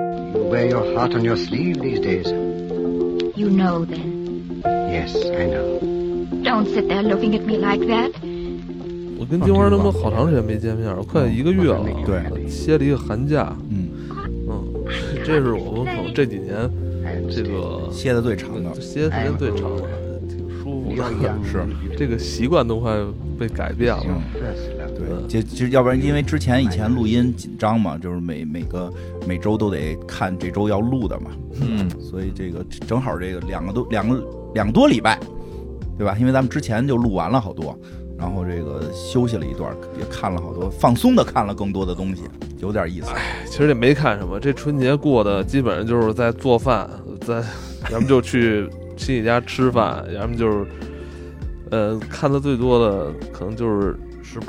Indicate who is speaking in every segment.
Speaker 1: You wear your heart on your sleeve these days.
Speaker 2: You know then.
Speaker 1: Yes, I know.
Speaker 2: Don't sit there looking at me like that.
Speaker 3: 我跟金花他们好长时间没见面了，快一个月了。
Speaker 4: 对
Speaker 3: 歇了一个寒假，
Speaker 4: 嗯，
Speaker 3: 嗯，这是我们可能这几年
Speaker 1: I
Speaker 3: 这
Speaker 1: understand.
Speaker 3: 个
Speaker 4: 歇的最长的，
Speaker 3: 歇时间最长的，挺舒服
Speaker 1: You're
Speaker 3: 的。
Speaker 1: young.
Speaker 4: 是
Speaker 1: Beautiful
Speaker 3: 这个习惯都快被改变了
Speaker 4: 嗯。
Speaker 1: first love.
Speaker 4: 对，就其实要不然，因为之前以前录音紧张嘛，就是每每个每周都得看这周要录的嘛，
Speaker 5: 嗯，
Speaker 4: 所以这个正好这个两个多两个两个多礼拜，对吧？因为咱们之前就录完了好多，然后这个休息了一段，也看了好多，放松的看了更多的东西，有点意思。
Speaker 3: 其实也没看什么，这春节过的基本上就是在做饭，在要么就去亲戚家吃饭，要么就是，呃，看的最多的可能就是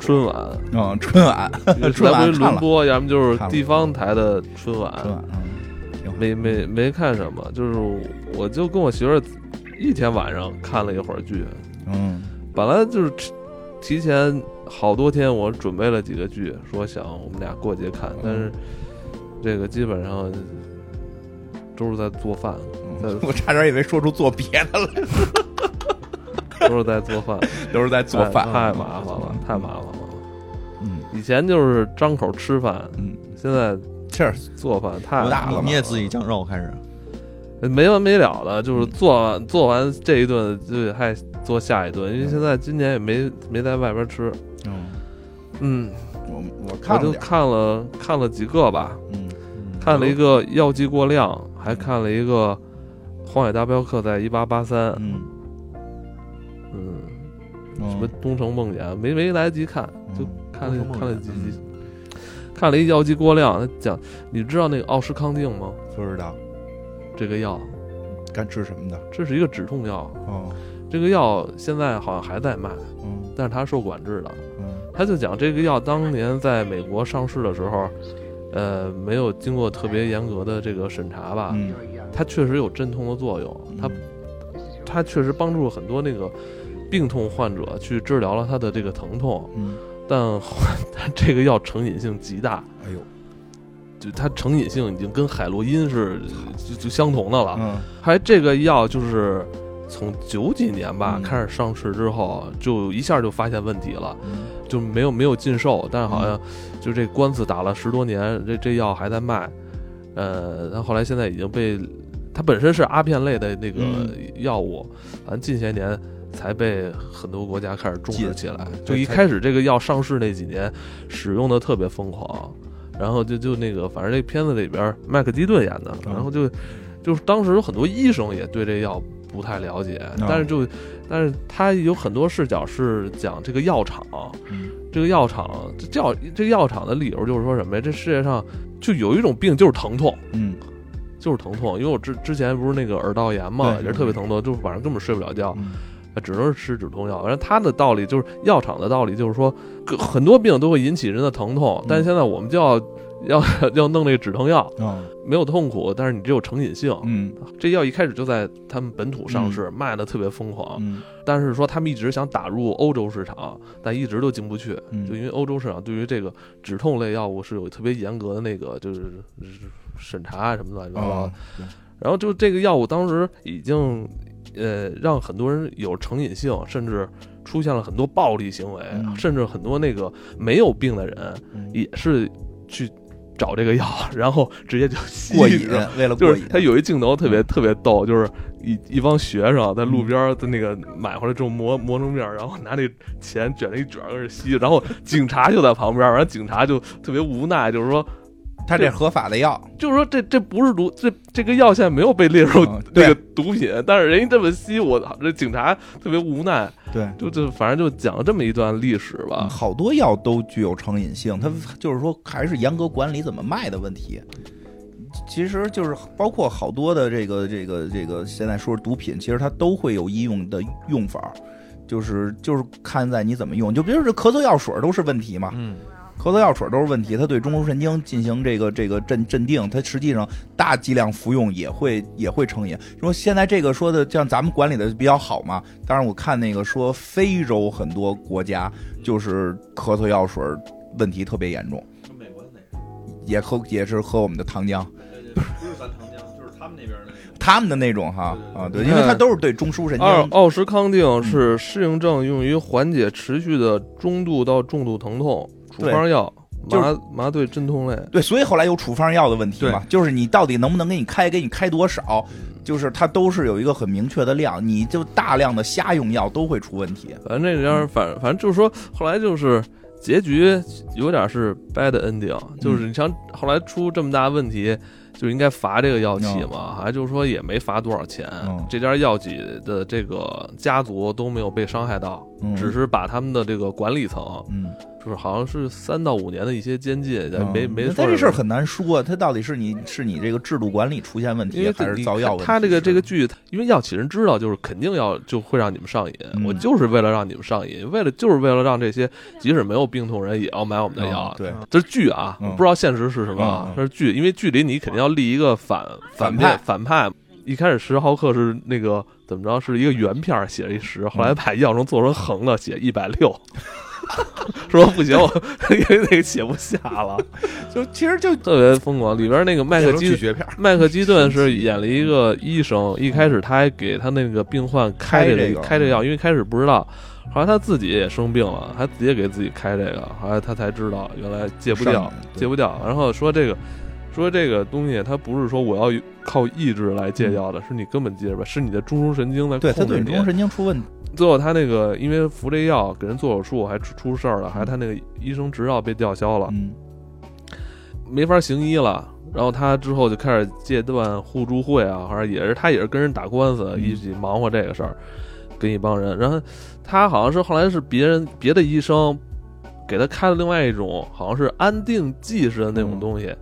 Speaker 3: 春晚，
Speaker 4: 嗯，春晚，春
Speaker 3: 来回
Speaker 4: 晚看
Speaker 3: 轮
Speaker 4: 了，
Speaker 3: 播，要么就是
Speaker 4: 看了
Speaker 3: 地方台的春
Speaker 4: 春
Speaker 3: 晚，
Speaker 4: 晚，嗯，挺好
Speaker 3: 没没没看什么，就是我就跟我媳妇儿一天晚上看了一会儿剧，
Speaker 4: 嗯
Speaker 3: 本来就是提提前好多天我准备了几个剧，说想我们俩过节看，但是这个基本上都是在做饭，在
Speaker 4: 嗯，我差点以为说出做别的了，
Speaker 3: 都是在做饭，
Speaker 4: 都是在 做饭，
Speaker 3: 哎太太麻烦了，太麻烦了。
Speaker 4: 嗯
Speaker 3: 以前就是张口吃饭，
Speaker 4: 嗯，
Speaker 3: 现在
Speaker 4: 这
Speaker 3: 做饭太
Speaker 4: 我
Speaker 3: 麻
Speaker 4: 大
Speaker 3: 烦
Speaker 4: 了吧
Speaker 5: 你也自己酱肉开始，
Speaker 3: 没完没了的，就是做完、做完这一顿就得还做下一顿，因为现在今年也没没在外边吃，
Speaker 4: 嗯，
Speaker 3: 嗯，
Speaker 4: 我我
Speaker 3: 我
Speaker 4: 看了
Speaker 3: 就
Speaker 4: 点儿，
Speaker 3: 看了看了几个吧，
Speaker 4: 嗯，
Speaker 3: 看了一个《药剂过量》，还看了一个《荒野大镖客》在一八八三，
Speaker 4: 嗯，
Speaker 3: 嗯，嗯
Speaker 4: 嗯
Speaker 3: 什么《东城梦魇》，没没来得及看，就看了
Speaker 5: 东城梦魇
Speaker 3: 看了几集，看了一《药剂过量》，它讲你知道那个奥施康定吗？
Speaker 4: 不知道
Speaker 3: 这个药，
Speaker 4: 该吃什么的，
Speaker 3: 这是一个止痛药，
Speaker 4: 哦，
Speaker 3: 这个药现在好像还在卖，
Speaker 4: 嗯
Speaker 3: 但是它受管制的。
Speaker 4: 嗯
Speaker 3: 他就讲这个药当年在美国上市的时候，呃，没有经过特别严格的这个审查吧，
Speaker 4: 嗯，
Speaker 3: 它确实有镇痛的作用，它它确实帮助了很多那个病痛患者去治疗了他的这个疼痛，
Speaker 4: 嗯，
Speaker 3: 但它这个药成瘾性极大，
Speaker 4: 哎呦，
Speaker 3: 就它成瘾性已经跟海洛因是就就相同的了。
Speaker 4: 嗯
Speaker 3: 还这个药就是从九几年吧
Speaker 4: 嗯
Speaker 3: 开始上市之后，就一下就发现问题了。
Speaker 4: 嗯
Speaker 3: 就没有没有禁售，但是好像就这官司打了十多年，这这药还在卖。呃，它后来现在已经被它本身是阿片类的那个
Speaker 4: 嗯
Speaker 3: 药物，反正近些年才被很多国家开始重视
Speaker 4: 戒
Speaker 3: 起来。就
Speaker 4: 对
Speaker 3: 一
Speaker 4: 才
Speaker 3: 开始这个药上市那几年，使用的特别疯狂，然后就就那个，反正这片子里边麦克基顿演的，
Speaker 4: 嗯
Speaker 3: 然后就就是当时有很多医生也对这药不太了解，
Speaker 4: 嗯
Speaker 3: 但是就但是他有很多视角是讲这个药厂，
Speaker 4: 嗯
Speaker 3: 这个药厂这叫这个药厂的理由就是说什么呀？这世界上就有一种病就是疼痛，
Speaker 4: 嗯
Speaker 3: 就是疼痛。因为我之之前不是那个耳道炎嘛，
Speaker 4: 对
Speaker 3: 也是特别疼痛，就是晚上根本睡不了觉，
Speaker 4: 嗯
Speaker 3: 只能是吃止痛药。然后他的道理就是药厂的道理就是说，各很多病都会引起人的疼痛
Speaker 4: 嗯，
Speaker 3: 但是现在我们就要要要弄这个止疼药，
Speaker 4: 哦
Speaker 3: 没有痛苦，但是你只有成瘾性。啊
Speaker 4: 嗯
Speaker 3: 这药一开始就在他们本土上市，卖的特别疯狂，
Speaker 4: 嗯
Speaker 3: 但是说他们一直想打入欧洲市场，但一直都进不去。
Speaker 4: 嗯，
Speaker 3: 就因为欧洲市场对于这个止痛类药物是有特别严格的那个就是就是审查啊什么乱七八糟
Speaker 4: 哦
Speaker 3: 的，，然后就这个药物当时已经呃让很多人有成瘾性，甚至出现了很多暴力行为，
Speaker 4: 嗯
Speaker 3: 甚至很多那个没有病的人
Speaker 4: 嗯
Speaker 3: 也是去找这个药，然后直接就吸
Speaker 4: 过瘾
Speaker 3: 你知道吗，
Speaker 4: 为了
Speaker 3: 就
Speaker 4: 过
Speaker 3: 是
Speaker 4: 瘾，嗯
Speaker 3: 他有一镜头特别特别逗，就是一一帮学生在路边儿的那个买回来之后磨磨成面儿，然后拿那钱卷了一卷儿跟那吸，然后警察就在旁边儿，然后警察就特别无奈，就是说
Speaker 4: 他这合法的药，
Speaker 3: 就是说这这不是毒，这这个药现在没有被列入
Speaker 4: 嗯对
Speaker 3: 那个毒品，但是人家这么吸，我操这警察特别无奈，
Speaker 4: 对。
Speaker 3: 就就反正就讲了这么一段历史吧。
Speaker 4: 嗯好多药都具有成瘾性，它就是说还是严格管理怎么卖的问题。其实就是包括好多的这个这个这个，现在说是毒品，其实它都会有医用的用法儿，就是就是看在你怎么用。就比如说咳嗽药水儿都是问题嘛，
Speaker 5: 嗯，
Speaker 4: 咳嗽药水都是问题，它对中枢神经进行这个这个镇镇定，它实际上大剂量服用也会也会成瘾。说现在这个说的像咱们管理的比较好嘛，当然我看那个说非洲很多国家就是咳嗽药水问题特别严重，也喝也是喝我们的糖浆，
Speaker 5: 们那边的那种。
Speaker 4: 他们的那种哈啊，对，因为他都是对中枢神
Speaker 3: 二哦
Speaker 4: 经，
Speaker 3: 奥施康
Speaker 4: 嗯
Speaker 3: 定是适应症，用于缓解持续的中度到重度疼痛，处
Speaker 4: 对
Speaker 3: 方药、
Speaker 4: 就是
Speaker 3: 麻麻醉镇痛类。
Speaker 4: 对，所以后来有处方药的问题嘛，就是你到底能不能给你开，给你开多少，就是它都是有一个很明确的量，你就大量的瞎用药都会出问题。
Speaker 3: 反正那边儿反反正就是说，后来就是结局有点是 bad ending，就是
Speaker 4: 嗯
Speaker 3: 你像后来出这么大问题，就应该罚这个药企嘛，还就是说也没罚多少钱
Speaker 4: 嗯，
Speaker 3: 这家药企的这个家族都没有被伤害到，
Speaker 4: 嗯，
Speaker 3: 只是把他们的这个管理层，
Speaker 4: 嗯，
Speaker 3: 就是好像是三到五年的一些监禁，但没
Speaker 4: 嗯
Speaker 3: 没
Speaker 4: 但
Speaker 3: 说
Speaker 4: 这事儿
Speaker 3: 是。
Speaker 4: 很难说，它到底是你是你这个制度管理出现问
Speaker 3: 因
Speaker 4: 题
Speaker 3: 为，
Speaker 4: 还是
Speaker 3: 你
Speaker 4: 造
Speaker 3: 看
Speaker 4: 药问题？
Speaker 3: 他这个这
Speaker 4: 是
Speaker 3: 个剧，因为药企人知道，就是肯定要就会让你们上瘾。
Speaker 4: 嗯
Speaker 3: 我就是为了让你们上瘾，为了就是为了让这些即使没有病痛人也要买我们的药
Speaker 4: 嗯。对，
Speaker 3: 这是剧啊，
Speaker 4: 嗯
Speaker 3: 我不知道现实是什么啊
Speaker 4: 嗯嗯，
Speaker 3: 这是剧，因为剧里你肯定要立一个反
Speaker 4: 反
Speaker 3: 面
Speaker 4: 派
Speaker 3: 反派。一开始十毫克是那个怎么着，是一个圆片儿写了一十，
Speaker 4: 嗯
Speaker 3: 后来把药能做成横的，写一百六， 说不行，我 因为那个写不下了，
Speaker 4: 就其实就
Speaker 3: 特别疯狂。里边那个麦克
Speaker 6: 变成
Speaker 3: 基
Speaker 6: 拒绝片儿，
Speaker 3: 麦克基顿是演了一个医生，一开始他还给他那个病患开这
Speaker 4: 开这
Speaker 3: 个
Speaker 4: 个
Speaker 3: 开这个药，因为开始不知道，后来他自己也生病了，他自己也给自己开这个，后来他才知道原来戒不
Speaker 4: 上
Speaker 3: 掉
Speaker 4: 瘾，对
Speaker 3: 戒不掉。然后说这个说这个东西，它不是说我要靠意志来戒掉的，是你根本戒不了，是你的中枢神经在
Speaker 4: 对他
Speaker 3: 控
Speaker 4: 对
Speaker 3: 制
Speaker 4: 你
Speaker 3: 你
Speaker 4: 中。枢神经出问题。
Speaker 3: 最后他那个因为服这药给人做手术还出出事儿了，还他那个医生执照被吊销了，
Speaker 4: 嗯
Speaker 3: 没法行医了。然后他之后就开始戒断互助会啊，好像也是他也是跟人打官司，
Speaker 4: 嗯
Speaker 3: 一起忙活这个事儿，跟一帮人。然后他好像是后来是别人别的医生给他开了另外一种好像是安定剂似的那种东西。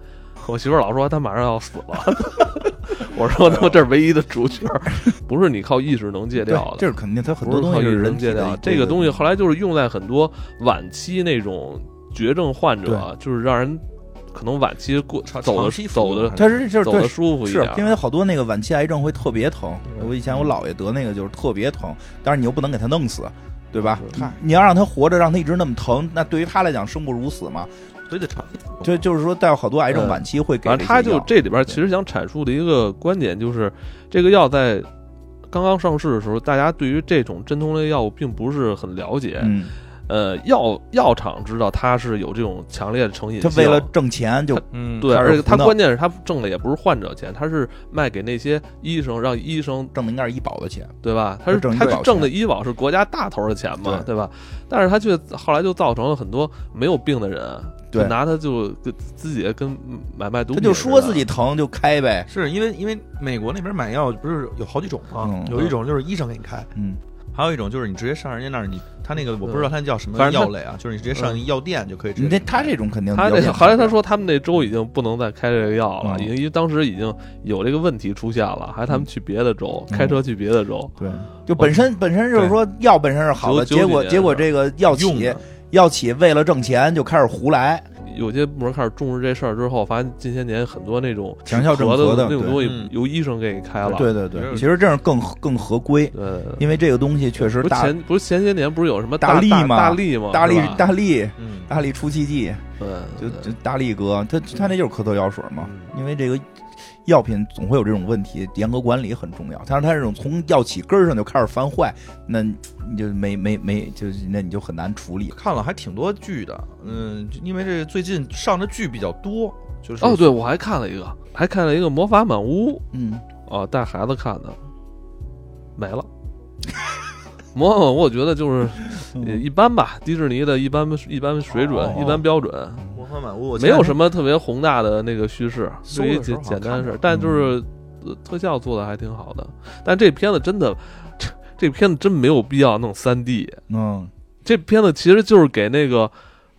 Speaker 3: 我媳妇儿老说他马上要死了，我说他妈这是唯一的主角，不是你靠意志能戒
Speaker 4: 对
Speaker 3: 掉的，，
Speaker 4: 这是肯定，它很
Speaker 3: 不
Speaker 4: 多
Speaker 3: 是
Speaker 4: 东
Speaker 3: 靠
Speaker 4: 西
Speaker 3: 意
Speaker 4: 是
Speaker 3: 志
Speaker 4: 人
Speaker 3: 能
Speaker 4: 体
Speaker 3: 戒
Speaker 4: 的
Speaker 3: 掉。
Speaker 4: 一
Speaker 3: 这个东西后
Speaker 4: 来
Speaker 3: 来就是用在很多晚期那种绝症患者，啊就是让人可能晚期过
Speaker 6: 长
Speaker 3: 走
Speaker 6: 长
Speaker 3: 的
Speaker 6: 期服
Speaker 3: 走
Speaker 6: 用
Speaker 3: 的
Speaker 6: 还
Speaker 4: 它是就是
Speaker 3: 走的
Speaker 4: 对
Speaker 3: 舒服一
Speaker 4: 是
Speaker 3: 点，
Speaker 4: 因为好多那个晚期癌症会特别疼。
Speaker 3: 对
Speaker 4: 我以前我姥爷得那个就是特别疼，但是你又不能给他弄死，对吧？
Speaker 3: 对
Speaker 4: 你你要让他活着，让他一直那么疼，那对于他来讲生不如死嘛。
Speaker 6: 所以得长期服用
Speaker 4: 就就是说，带有好多癌症
Speaker 3: 嗯
Speaker 4: 晚期会给
Speaker 3: 反
Speaker 4: 些
Speaker 3: 正
Speaker 4: 药，
Speaker 3: 他就这里边其实想阐述的一个观点就是，这个药在刚刚上市的时候，大家对于这种镇痛类药物并不是很了解。
Speaker 4: 嗯，
Speaker 3: 呃，药药厂知道它是有这种强烈的成瘾
Speaker 4: 他
Speaker 3: 性，
Speaker 4: 为了挣钱就
Speaker 6: 嗯，
Speaker 3: 对，
Speaker 4: 开始
Speaker 3: 而且他
Speaker 4: 胡闹
Speaker 3: 关键是他挣的也不是患者钱，他是卖给那些医生，让医生
Speaker 4: 挣的应该是医保的钱，
Speaker 3: 对吧？他是
Speaker 4: 挣医
Speaker 3: 他
Speaker 4: 保
Speaker 3: 是
Speaker 4: 钱
Speaker 3: 挣的医保是国家大头的钱嘛，
Speaker 4: 对
Speaker 3: 对吧？但是他却后来就造成了很多没有病的人，
Speaker 4: 对
Speaker 3: 就拿他就跟自己跟买卖毒
Speaker 4: 他
Speaker 3: 品，
Speaker 4: 就说自己。疼就开呗，
Speaker 6: 是因为因为美国那边买药不是有好几种吗？
Speaker 4: 嗯
Speaker 6: 有一种就是医生给你开，
Speaker 4: 嗯，
Speaker 6: 还有一种就是你直接上人家那儿，你他那个我不知道嗯他叫什么
Speaker 3: 反正他
Speaker 6: 药类啊，就是你直接上药店就可以直
Speaker 4: 你
Speaker 6: 接
Speaker 4: 这
Speaker 6: 给你开。
Speaker 4: 他这种肯定
Speaker 3: 他
Speaker 4: 有
Speaker 3: 这
Speaker 4: 点
Speaker 3: 后来他说，他们那州已经不能再开这个药了，
Speaker 4: 嗯
Speaker 3: 因为当时已经有这个问题出现了，还他们去别的州，
Speaker 4: 嗯
Speaker 3: 开车去别的州，
Speaker 4: 对，就本身本身就是说药本身是好的，
Speaker 3: 九九
Speaker 4: 结
Speaker 3: 几
Speaker 4: 果
Speaker 3: 年
Speaker 4: 结果这个药
Speaker 6: 用
Speaker 4: 企
Speaker 6: 的
Speaker 4: 药企为了挣钱就开始胡来，
Speaker 3: 有些部门开始重视这事儿之后，发现近些年很多那种
Speaker 4: 强效整
Speaker 3: 合的
Speaker 4: 合的
Speaker 3: 那种
Speaker 4: 对
Speaker 3: 东西
Speaker 6: 嗯
Speaker 3: 由医生给你开了，
Speaker 4: 对对
Speaker 6: 觉
Speaker 4: 对，
Speaker 6: 得
Speaker 4: 其实这样更更合规，
Speaker 3: 对对对
Speaker 4: 因为这个东西确实
Speaker 3: 不是
Speaker 4: 大
Speaker 3: 前不是前些年不是有什么
Speaker 4: 大力
Speaker 3: 大
Speaker 4: 嘛
Speaker 3: 大力嘛，
Speaker 4: 大力
Speaker 3: 是吧
Speaker 4: 大力
Speaker 6: 嗯，
Speaker 4: 大力出奇迹，
Speaker 3: 对，
Speaker 4: 就
Speaker 3: 对
Speaker 4: 就大力哥，啊他他那就是咳嗽药水嘛
Speaker 3: 嗯，
Speaker 4: 因为这个药品总会有这种问题，严格管理很重要。但是他这种从药企根儿上就开始翻坏，那你就没没没，就是那你就很难处理。
Speaker 6: 看了还挺多剧的，嗯，就因为这最近上的剧比较多，就是
Speaker 3: 哦，对，我还看了一个，还看了一个《魔法满屋
Speaker 4: 嗯，》
Speaker 3: 啊，带孩子看的，没 了。魔法满屋我觉得就是也一般吧，迪士尼的一般一般水准、
Speaker 6: 嗯哦
Speaker 3: 一般标准，
Speaker 6: 魔法满屋，我
Speaker 3: 没有什
Speaker 6: 么
Speaker 3: 么特别宏大的那个叙事，
Speaker 6: 搜
Speaker 3: 就
Speaker 6: 的嗯
Speaker 3: 一
Speaker 6: 时
Speaker 3: 简
Speaker 6: 候好像
Speaker 3: 简单的事
Speaker 6: 看
Speaker 3: 儿
Speaker 6: 着，
Speaker 3: 但就是、呃特效做的还挺好的。但这片子真的，这这片子真没有必要弄三 D。
Speaker 4: 嗯，
Speaker 3: 这片子其实就是给那个，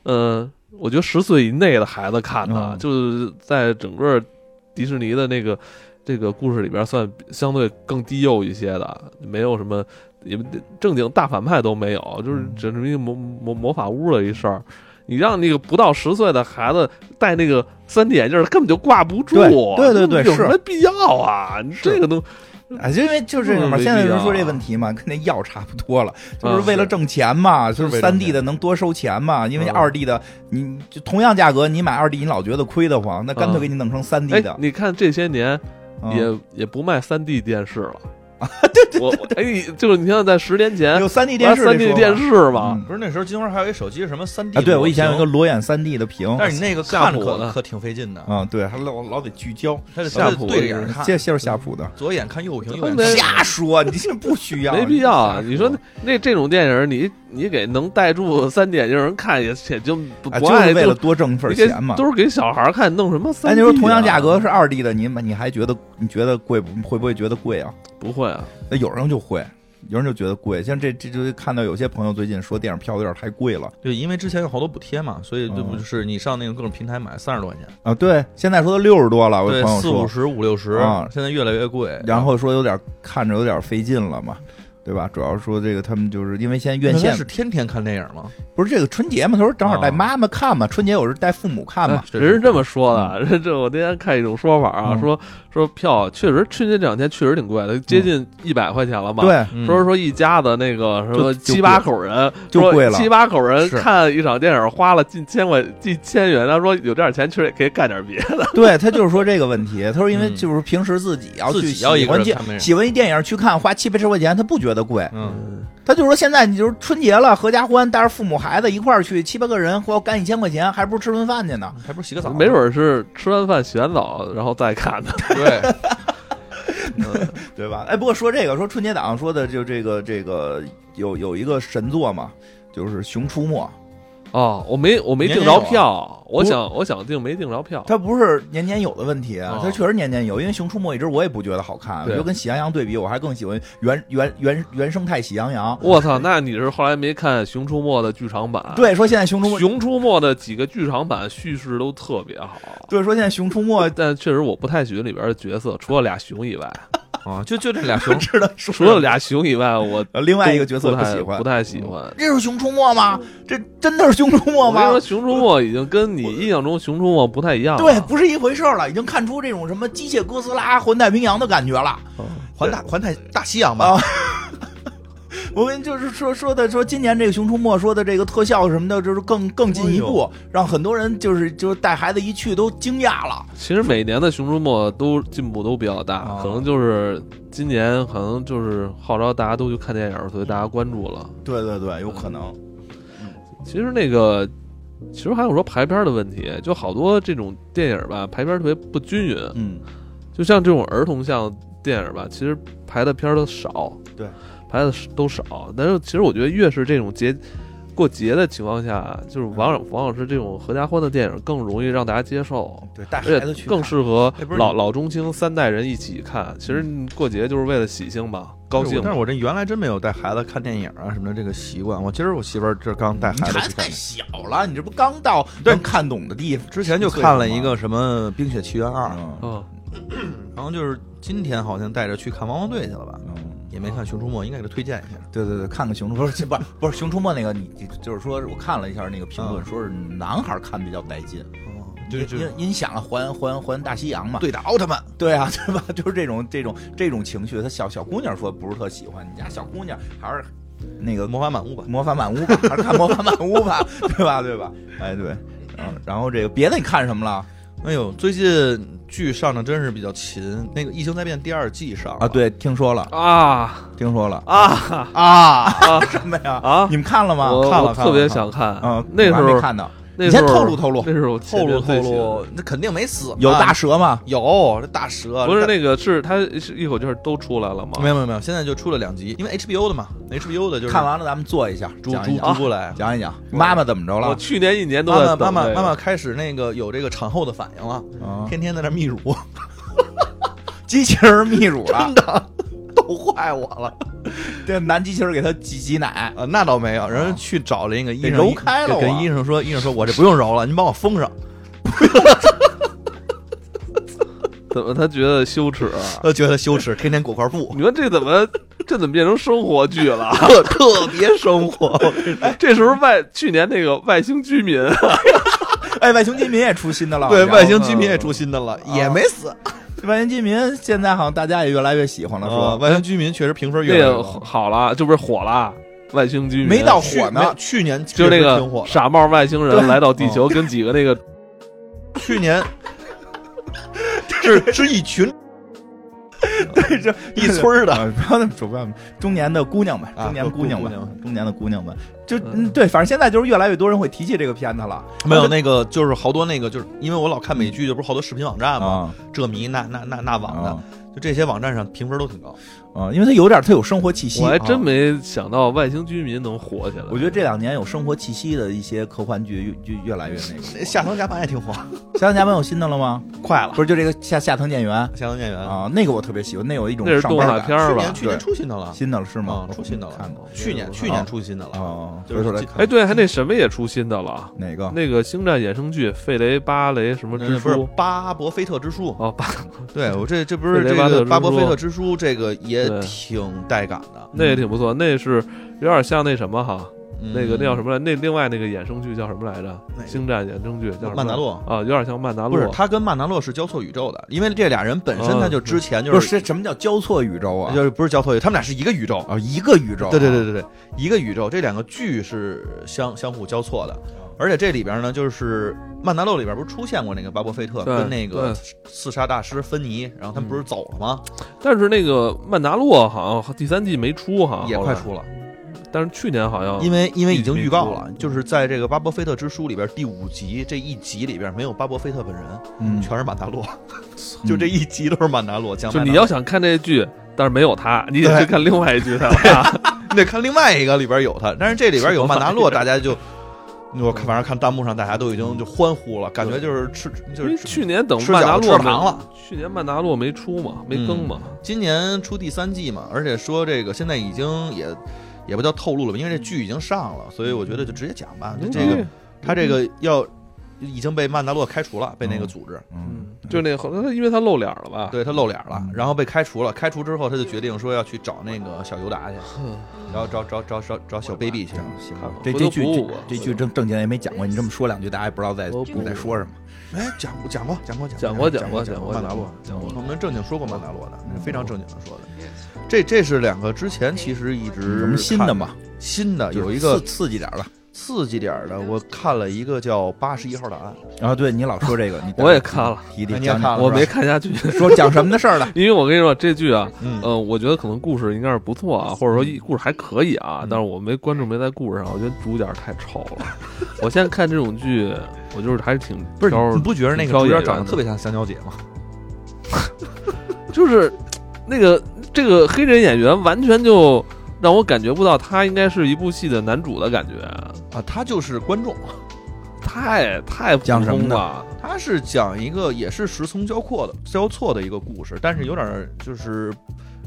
Speaker 3: 呃，我觉得十岁以内的孩子看的，啊
Speaker 4: 嗯
Speaker 3: 就是在整个迪士尼的那个这个故事里边算相对更低幼一些的，没有什么也正经大反派都没有，就是
Speaker 4: 嗯
Speaker 3: 只是一个魔魔魔法屋的一事儿。你让那个不到十岁的孩子戴那个三 D 眼镜儿，根本就挂不住。
Speaker 4: 对对对对
Speaker 3: 有什
Speaker 4: 是
Speaker 3: 么必要啊？你这个都
Speaker 4: 啊，就因为就是这种嘛，
Speaker 3: 嗯
Speaker 4: 现在有
Speaker 3: 没必
Speaker 4: 人
Speaker 3: 要
Speaker 4: 说这问题嘛，跟那药差不多了，就
Speaker 3: 啊
Speaker 4: 啊嗯是为了
Speaker 3: 是
Speaker 4: 挣钱嘛，就是是
Speaker 6: 为了
Speaker 4: 三
Speaker 6: 挣
Speaker 4: D 的
Speaker 6: 钱
Speaker 4: 能多收钱嘛，因为
Speaker 3: 嗯
Speaker 4: 二 D 的你就同样价格，你买二 D 你老觉得亏得慌，那干脆
Speaker 3: 嗯
Speaker 4: 给你弄成三 D
Speaker 3: 哎
Speaker 4: 的，，
Speaker 3: 你看这些年
Speaker 4: 嗯
Speaker 3: 也也不卖三 D 电视 了。对对我哎，你就是你像在十年前
Speaker 4: 有三 D 电
Speaker 3: 玩
Speaker 4: 视
Speaker 3: 三 D 电
Speaker 4: 视
Speaker 3: 视
Speaker 4: 嗯
Speaker 3: 嘛，
Speaker 6: 不是那时候金花还有一手机是什么三 D
Speaker 4: 啊，对我以前有一个
Speaker 6: 模型，
Speaker 4: 裸眼三 D 的屏，
Speaker 6: 但是你那个
Speaker 3: 下
Speaker 6: 看着
Speaker 3: 谱
Speaker 6: 可
Speaker 3: 呢
Speaker 6: 可挺费劲的，
Speaker 4: 啊，对，还老老得聚焦，
Speaker 6: 它得
Speaker 3: 下
Speaker 6: 它得
Speaker 3: 谱这
Speaker 6: 对着眼看，
Speaker 4: 这就是夏普的，
Speaker 6: 左眼看右屏，
Speaker 3: 嗯
Speaker 6: 右眼
Speaker 3: 对
Speaker 6: 看
Speaker 4: 瞎说，你这不需要，
Speaker 3: 没必要啊。
Speaker 4: 瞎
Speaker 3: 你说那那这种电影，你你给能带住三 D 眼镜人看也也就不
Speaker 4: 啊
Speaker 3: 不
Speaker 4: 就是
Speaker 3: 爱
Speaker 4: 为
Speaker 3: 就
Speaker 4: 了多挣份
Speaker 3: 你
Speaker 4: 儿
Speaker 3: 给
Speaker 4: 钱嘛。
Speaker 3: 都是给小孩儿看，弄什么三
Speaker 4: 哎，
Speaker 3: D？
Speaker 4: 你
Speaker 3: 啊、
Speaker 4: 说同样价格是二 D 的，你你还觉得你觉得贵不？会不会觉得贵啊？
Speaker 3: 不会啊？
Speaker 4: 那有人就会，有人就觉得贵。像这这就看到有些朋友最近说电影票有点太贵了
Speaker 6: 对，因为之前有好多补贴嘛，所以这不
Speaker 4: 嗯
Speaker 6: 就是你上那个各种平台买三十多块钱，
Speaker 4: 啊。对，现在说都六十多了，我有
Speaker 6: 对
Speaker 4: 朋，友
Speaker 6: 四五
Speaker 4: 说，
Speaker 6: 十、五六十
Speaker 4: 啊，
Speaker 6: 现在越来越贵。
Speaker 4: 然后说有点看着有点费劲了嘛，对吧？主要说这个他们就是因为现在
Speaker 6: 那
Speaker 4: 院
Speaker 6: 他
Speaker 4: 线
Speaker 6: 是天天看电影吗？
Speaker 4: 不是这个春节嘛，他说正好带
Speaker 6: 啊
Speaker 4: 妈妈看嘛，春节有时候带父母看嘛
Speaker 3: 哎，人是这么说的， 人这我那天看一种说法啊，
Speaker 4: 嗯
Speaker 3: 说说票确实春节这两天确实挺贵的，接近一百块钱了嘛。。
Speaker 4: 对，
Speaker 6: 嗯
Speaker 3: 说说一家子那个什么
Speaker 4: 就就
Speaker 3: 七八口人，
Speaker 4: 就
Speaker 3: 说
Speaker 4: 贵了
Speaker 3: 七八口人
Speaker 6: 是
Speaker 3: 看一场电影花了近千块近千元，他说有这点钱确实也可以干点别的。
Speaker 4: 对他就是说这个问题，他说因为
Speaker 6: 嗯
Speaker 4: 就是平时自己要
Speaker 6: 自
Speaker 4: 去
Speaker 6: 己
Speaker 4: 喜
Speaker 6: 要一个
Speaker 4: 欢
Speaker 6: 人
Speaker 4: 电
Speaker 6: 看电影
Speaker 4: 喜欢一电影去看，花七八十块钱他不觉得贵，
Speaker 6: 嗯，
Speaker 4: 他就说现在你就是春节了，合家欢，带着父母孩子一块儿去，七八个人花干一千块钱，还不如吃顿饭去呢。
Speaker 6: 嗯还不是洗个澡呢，
Speaker 3: 没 准儿是吃完饭洗完澡然后再看的。
Speaker 6: 对，
Speaker 4: 对吧？哎，不过说这个，说春节档说的就这个这个有有一个神作嘛，就是《熊出没》，
Speaker 3: 哦，我没我没
Speaker 6: 年
Speaker 3: 订
Speaker 6: 年
Speaker 3: 着
Speaker 6: 有啊
Speaker 3: 票，我
Speaker 4: 不
Speaker 3: 想我想订没订着票。
Speaker 4: 它不是年年有的问题，啊
Speaker 3: 哦
Speaker 4: 它确实年年有，因为《熊出没》一直我也不觉得好看，我
Speaker 3: 对
Speaker 4: 就跟《喜羊羊》对比，我还更喜欢原原原原生态《喜羊羊》。
Speaker 3: 我操，那你是后来没看《熊出没》的剧场版？
Speaker 4: 对，说现在《熊出没》，
Speaker 3: 熊出没》的几个剧场版叙事都特别好，
Speaker 4: 对，说现在《熊出没》，
Speaker 3: 但确实我不太喜欢里边的角色，除了俩熊以外，
Speaker 6: 啊，就就这俩熊
Speaker 4: 知道 说
Speaker 3: 除了俩熊以外，我
Speaker 4: 呃另外一个角色
Speaker 3: 不
Speaker 4: 不
Speaker 3: 太
Speaker 4: 喜欢嗯
Speaker 3: 不。太喜欢。
Speaker 4: 这是《熊出没》吗？这真的是《熊出没》
Speaker 3: 我跟你
Speaker 4: 吗
Speaker 3: 说，《熊出没》已经跟你印象中《熊出没》不太一样
Speaker 6: 啊
Speaker 3: 了。
Speaker 4: 哦对，不是一回事儿了，已经看出这种什么机械哥斯拉环太平洋的感觉了。
Speaker 6: 哦环大环太大西洋
Speaker 4: 啊
Speaker 6: 吧，
Speaker 4: 我跟你就是说说的说今年这个《熊出没》说的这个特效什么的，就是更更进
Speaker 6: 哎
Speaker 4: 一步，让很多人就是就是带孩子一去都惊讶了。
Speaker 3: 其实每年的《熊出没》都进步都比较大，
Speaker 4: 啊
Speaker 3: 可能就是今年可能就是号召大家都去看电影，所以大家关注了。
Speaker 4: 对对对，有可能。
Speaker 3: 其实那个，其实还有说排片的问题，就好多这种电影吧，排片特别不均匀。
Speaker 4: 嗯，
Speaker 3: 就像这种儿童向电影吧，其实排的片儿都少，
Speaker 4: 对，
Speaker 3: 排的都少。但是其实我觉得，越是这种节过节的情况下，就是
Speaker 6: 嗯
Speaker 3: 王王老师这种合家欢的电影更容易让大家接受，
Speaker 4: 对，带
Speaker 3: 而
Speaker 4: 孩子
Speaker 3: 且
Speaker 4: 去
Speaker 3: 更
Speaker 4: 看
Speaker 3: 适合
Speaker 6: 哎不是
Speaker 3: 老
Speaker 6: 你嗯
Speaker 3: 老中青三代人一起看。其实过节就是为了喜庆嘛，高兴
Speaker 6: 但
Speaker 3: 嘛
Speaker 6: 是。我这原来真没有带孩子看电影啊什么的这个习惯，我今儿我媳妇儿这刚带
Speaker 4: 你
Speaker 6: 孩子
Speaker 4: 孩
Speaker 6: 去
Speaker 4: 子
Speaker 6: 看
Speaker 4: 太。小了，你这不刚到
Speaker 6: 对
Speaker 4: 能看懂的地方，
Speaker 6: 之前就看了一个什么《冰雪奇缘二》，
Speaker 4: 嗯
Speaker 3: 嗯，
Speaker 6: 然后就是今天好像带着去看《汪汪队》去了吧，
Speaker 4: 嗯，
Speaker 6: 也没看《熊出没》，应该给他推荐一下。
Speaker 4: 对对对，看个熊出不 是不是不是熊出没那个，你你就是说我看了一下那个评论，
Speaker 6: 嗯
Speaker 4: 说是男孩看比较带劲，
Speaker 6: 哦，
Speaker 4: 因因因你想啊，环环环大西洋嘛，
Speaker 6: 对打奥特曼，
Speaker 4: 对啊， 对吧？就是这种这种这种情绪，他小小姑娘说不是特喜欢，你家小姑娘还是那个
Speaker 6: 魔法满屋吧。
Speaker 4: 魔法满屋吧， 还是看魔法满屋吧， 对吧？对吧？哎，对，嗯，然后这个别的你看什么了
Speaker 6: 哎呦，最近剧上的真是比较勤，那个《异形灾变》第二季上了
Speaker 4: 啊？，对，听说了，
Speaker 3: 啊
Speaker 4: 听说了
Speaker 3: 啊
Speaker 4: 啊，
Speaker 3: 啊
Speaker 4: 什么呀？
Speaker 3: 啊！
Speaker 4: 你们看了吗？
Speaker 3: 我
Speaker 6: 看了
Speaker 3: 我
Speaker 6: 看
Speaker 3: 特别
Speaker 6: 了
Speaker 3: 想看
Speaker 4: 啊，
Speaker 3: 那时
Speaker 4: 我还没
Speaker 3: 候
Speaker 4: 看到，
Speaker 3: 那
Speaker 4: 你
Speaker 3: 时
Speaker 4: 先
Speaker 3: 候
Speaker 4: 透露透露
Speaker 3: 那时候
Speaker 6: 透露透露，那肯定没死嘛，
Speaker 4: 有大蛇吗？
Speaker 6: 有这大蛇，
Speaker 3: 不是那个是他是一口气儿都出来了吗？
Speaker 6: 没有没有没有，现在就出了两集，因为 HBO 的嘛，HBO 的就是
Speaker 4: 看完了咱们做一下，
Speaker 6: 逐
Speaker 4: 讲
Speaker 6: 逐
Speaker 4: 一
Speaker 6: 逐
Speaker 4: 讲，
Speaker 6: 出来。
Speaker 4: 讲一讲妈妈怎么着
Speaker 3: 我
Speaker 4: 了？
Speaker 3: 去年一年都
Speaker 6: 妈
Speaker 3: 在
Speaker 6: 妈妈
Speaker 3: 等
Speaker 6: 妈
Speaker 3: 这个
Speaker 6: 妈妈开始那个有这个产后的反应了，
Speaker 4: 啊，
Speaker 6: 天天在那泌 乳，
Speaker 4: 机器人泌乳了，
Speaker 6: 逗坏我了。
Speaker 4: 这男机器人给他挤挤奶，
Speaker 6: 呃，那倒没有，人
Speaker 4: 啊
Speaker 6: 家去找了一个医
Speaker 4: 给
Speaker 6: 生，
Speaker 4: 揉开了
Speaker 6: 给跟
Speaker 4: 我
Speaker 6: 医生说，医生说我这不用揉了，您帮我封上。
Speaker 3: 怎么他觉得羞耻、啊
Speaker 6: 他觉得羞耻，天天裹块布，
Speaker 3: 你说这怎么这怎么变成生活剧了？
Speaker 6: 特特别生 活。
Speaker 3: 这时候外去年那个外星居民，
Speaker 4: 哎，外星居民也出新的了，
Speaker 6: 对，
Speaker 4: 好像
Speaker 6: 外星居民也出新的了，也没死。
Speaker 4: 外星居民现在好像大家也越来越喜欢了，
Speaker 6: 啊
Speaker 4: 说
Speaker 6: 外星居民确实评分
Speaker 3: 那
Speaker 6: 越来越
Speaker 3: 个
Speaker 6: 高。
Speaker 3: 好了，这不是火了？外星居民
Speaker 4: 没到
Speaker 6: 去
Speaker 4: 火
Speaker 6: 没有
Speaker 4: 呢。
Speaker 6: 去年
Speaker 3: 就是那
Speaker 6: 确实挺火
Speaker 3: 个
Speaker 6: 的哦
Speaker 3: 傻帽外星
Speaker 4: 对
Speaker 3: 人来到地球，跟 几个那个
Speaker 6: 去年是是一群对，这一村儿 的，
Speaker 4: 啊不要那么说，不要那么中年的姑娘们，
Speaker 6: 啊
Speaker 4: 中年姑娘们
Speaker 6: 姑姑娘，
Speaker 4: 中年的姑娘们，就
Speaker 3: 嗯
Speaker 4: 嗯，对，反正现在就是越来越多人会提起这个片子了
Speaker 6: 没有那个就是好多那个就是因为我老看美剧，就不是好多视频网站嘛，
Speaker 4: 啊
Speaker 6: 这迷那那那那
Speaker 4: 啊
Speaker 6: 网的，就这些网站上评分都挺高。
Speaker 4: 啊，因为它有点它有生活气息，
Speaker 3: 我还真
Speaker 4: 啊。
Speaker 3: 没想到外星居民能火起来。
Speaker 4: 我觉得这两年有生活气息的一些科幻剧越越越来越那个。
Speaker 6: 下层甲板也挺火，
Speaker 4: 下藤甲板有新的了吗？
Speaker 6: 快了，嗯
Speaker 4: 不是，就这个下下藤健元
Speaker 6: 下层演员，
Speaker 4: 啊，那个我特别喜欢，那有一种
Speaker 3: 那是
Speaker 4: 上
Speaker 3: 动
Speaker 4: 班
Speaker 3: 画
Speaker 4: 感
Speaker 3: 片
Speaker 6: 去
Speaker 3: 儿吧
Speaker 6: 年？去年出新的了，
Speaker 4: 新的了是吗
Speaker 6: 啊？出新的
Speaker 4: 我没看
Speaker 6: 了
Speaker 4: 过，
Speaker 6: 去年
Speaker 3: 我
Speaker 6: 去年出新的了，
Speaker 4: 哦，
Speaker 6: 就
Speaker 4: 回
Speaker 6: 是
Speaker 4: 头来
Speaker 6: 看
Speaker 3: 哎，对，还那什么也出新的了，
Speaker 4: 哪个？
Speaker 3: 那个星战衍生剧《费雷巴雷什么
Speaker 6: 啊那
Speaker 3: 之
Speaker 6: 不是
Speaker 3: 书》
Speaker 6: 巴伯菲特之书，
Speaker 3: 哦，巴
Speaker 6: 对我这这不是
Speaker 3: 贝
Speaker 6: 这
Speaker 3: 雷巴特
Speaker 6: 个
Speaker 3: 之
Speaker 6: 巴伯菲
Speaker 3: 书
Speaker 6: 特之书，这个也
Speaker 3: 对
Speaker 6: 挺带感的。
Speaker 3: 那也挺不错，那是有点像那什么哈，嗯
Speaker 6: 嗯
Speaker 3: 那个那叫什
Speaker 6: 么？
Speaker 3: 么来？那另外那个衍生剧叫什么来着？
Speaker 6: 哪个
Speaker 3: 星战衍生剧叫什么来着？
Speaker 6: 曼达洛
Speaker 3: 啊，有点像曼达洛。
Speaker 6: 不是，他跟曼达洛是交错宇宙的，因为这俩人本身
Speaker 3: 哦
Speaker 6: 他就之前就
Speaker 4: 不
Speaker 6: 是
Speaker 4: 是这什么叫交错宇宙啊？
Speaker 6: 就是不是交错宇宙，他们俩是一个宇宙。
Speaker 4: 啊，一个宇宙啊。
Speaker 6: 对对对对对，一个宇宙，这两个剧是相相互交错的，而且这里边呢，就是曼达洛里边不是出现过那个巴伯菲特
Speaker 3: 对
Speaker 6: 跟那
Speaker 3: 对
Speaker 6: 个刺杀大师芬尼，然后他们不是走了吗？
Speaker 3: 但是那个曼达洛好像第三季没出哈，
Speaker 6: 也
Speaker 3: 哦后
Speaker 6: 快
Speaker 3: 来
Speaker 6: 出了，
Speaker 3: 但是去年好像
Speaker 6: 因为因为已经
Speaker 3: 没
Speaker 6: 预告
Speaker 3: 出
Speaker 6: 了，就是在这个巴伯菲特之书里边第五集这一集里边没有巴伯菲特本人，
Speaker 4: 嗯，
Speaker 6: 全是曼达洛，就这一集都是曼达洛。讲
Speaker 3: 就
Speaker 6: 曼
Speaker 3: 你
Speaker 6: 达
Speaker 3: 要
Speaker 6: 洛
Speaker 3: 想看这剧，但是没有他，你得
Speaker 6: 对
Speaker 3: 去看另外一剧才有他。
Speaker 6: 你得看另外一个里边有他，但是这里边有曼达洛，大家就我看反正看弹幕上大家都已经就欢呼了，感觉就是吃 就
Speaker 3: 因为
Speaker 6: 是
Speaker 3: 去年等
Speaker 6: 吃
Speaker 3: 曼达
Speaker 6: 饺子
Speaker 3: 洛
Speaker 6: 吃糖
Speaker 3: 没，
Speaker 6: 了。嗯
Speaker 3: 去年曼达洛没出嘛，没更嘛，
Speaker 6: 今年出第三季嘛，而且说这个现在已经也也不叫透露了吧，因为这剧已经上了，所以我觉得就直接讲吧。就这个
Speaker 3: 嗯
Speaker 6: 他这个要已经被曼达洛开除了，被那个组织。
Speaker 4: 嗯，
Speaker 3: 就那后来因为他露脸了吧？
Speaker 6: 对他露脸了
Speaker 4: 嗯，
Speaker 6: 然后被开除了。开除之后，他就决定说要去找那个小尤达去，
Speaker 3: 嗯，
Speaker 6: 然后找找找找找小 baby 去
Speaker 4: 行。行
Speaker 3: 看吧，
Speaker 4: 这
Speaker 3: 回
Speaker 4: 这
Speaker 3: 头
Speaker 4: 剧
Speaker 3: 补
Speaker 4: 这
Speaker 3: 补吧
Speaker 4: 这剧正正经也没讲过，你这么说两句，大家也不知道在
Speaker 3: 我补
Speaker 4: 在说什么。
Speaker 6: 哎，讲过讲过讲过
Speaker 3: 讲
Speaker 6: 过
Speaker 3: 过
Speaker 6: 讲
Speaker 3: 讲过
Speaker 6: 讲
Speaker 3: 讲过
Speaker 6: 曼达洛，
Speaker 3: 讲过
Speaker 6: 我们正经说过曼达洛的，非常正经的说的。
Speaker 1: Yes.
Speaker 6: 这这是两个之前其实一直
Speaker 4: 有什么新的嘛？
Speaker 6: 看？新的
Speaker 4: 就是
Speaker 6: 有一个
Speaker 4: 刺刺激点儿的
Speaker 6: 刺激点儿的，我看了一个叫《八十一号档案
Speaker 4: 啊！对你老说这个，你
Speaker 3: 我也看了，
Speaker 4: 提提
Speaker 6: 哎你也
Speaker 4: 讲
Speaker 6: 看了
Speaker 4: 讲，
Speaker 3: 我没看下去，。
Speaker 4: 说讲什么的事儿了
Speaker 3: 因为我跟你说这剧啊，》。
Speaker 6: 嗯，
Speaker 3: 呃，我觉得可能故事应该是不错啊，或者说一故事还可以啊
Speaker 6: 嗯，
Speaker 3: 但是我没关注没在故事上，我觉得主角太丑了。我现在看这种剧，我就是还是挺
Speaker 6: 不是
Speaker 3: 挑
Speaker 6: 你不觉得那个
Speaker 3: 挑
Speaker 6: 主角
Speaker 3: 演
Speaker 6: 长得
Speaker 3: 员的
Speaker 6: 特别像香蕉姐吗？
Speaker 3: 就是那个这个黑人演员完全就让我感觉不到他应该是一部戏的男主的感觉，
Speaker 6: 啊，他就是观众，
Speaker 3: 太太普
Speaker 4: 讲什么
Speaker 3: 通
Speaker 4: 呢
Speaker 3: 了。
Speaker 6: 他是讲一个也是时空交错的交错的一个故事，但是有点儿就是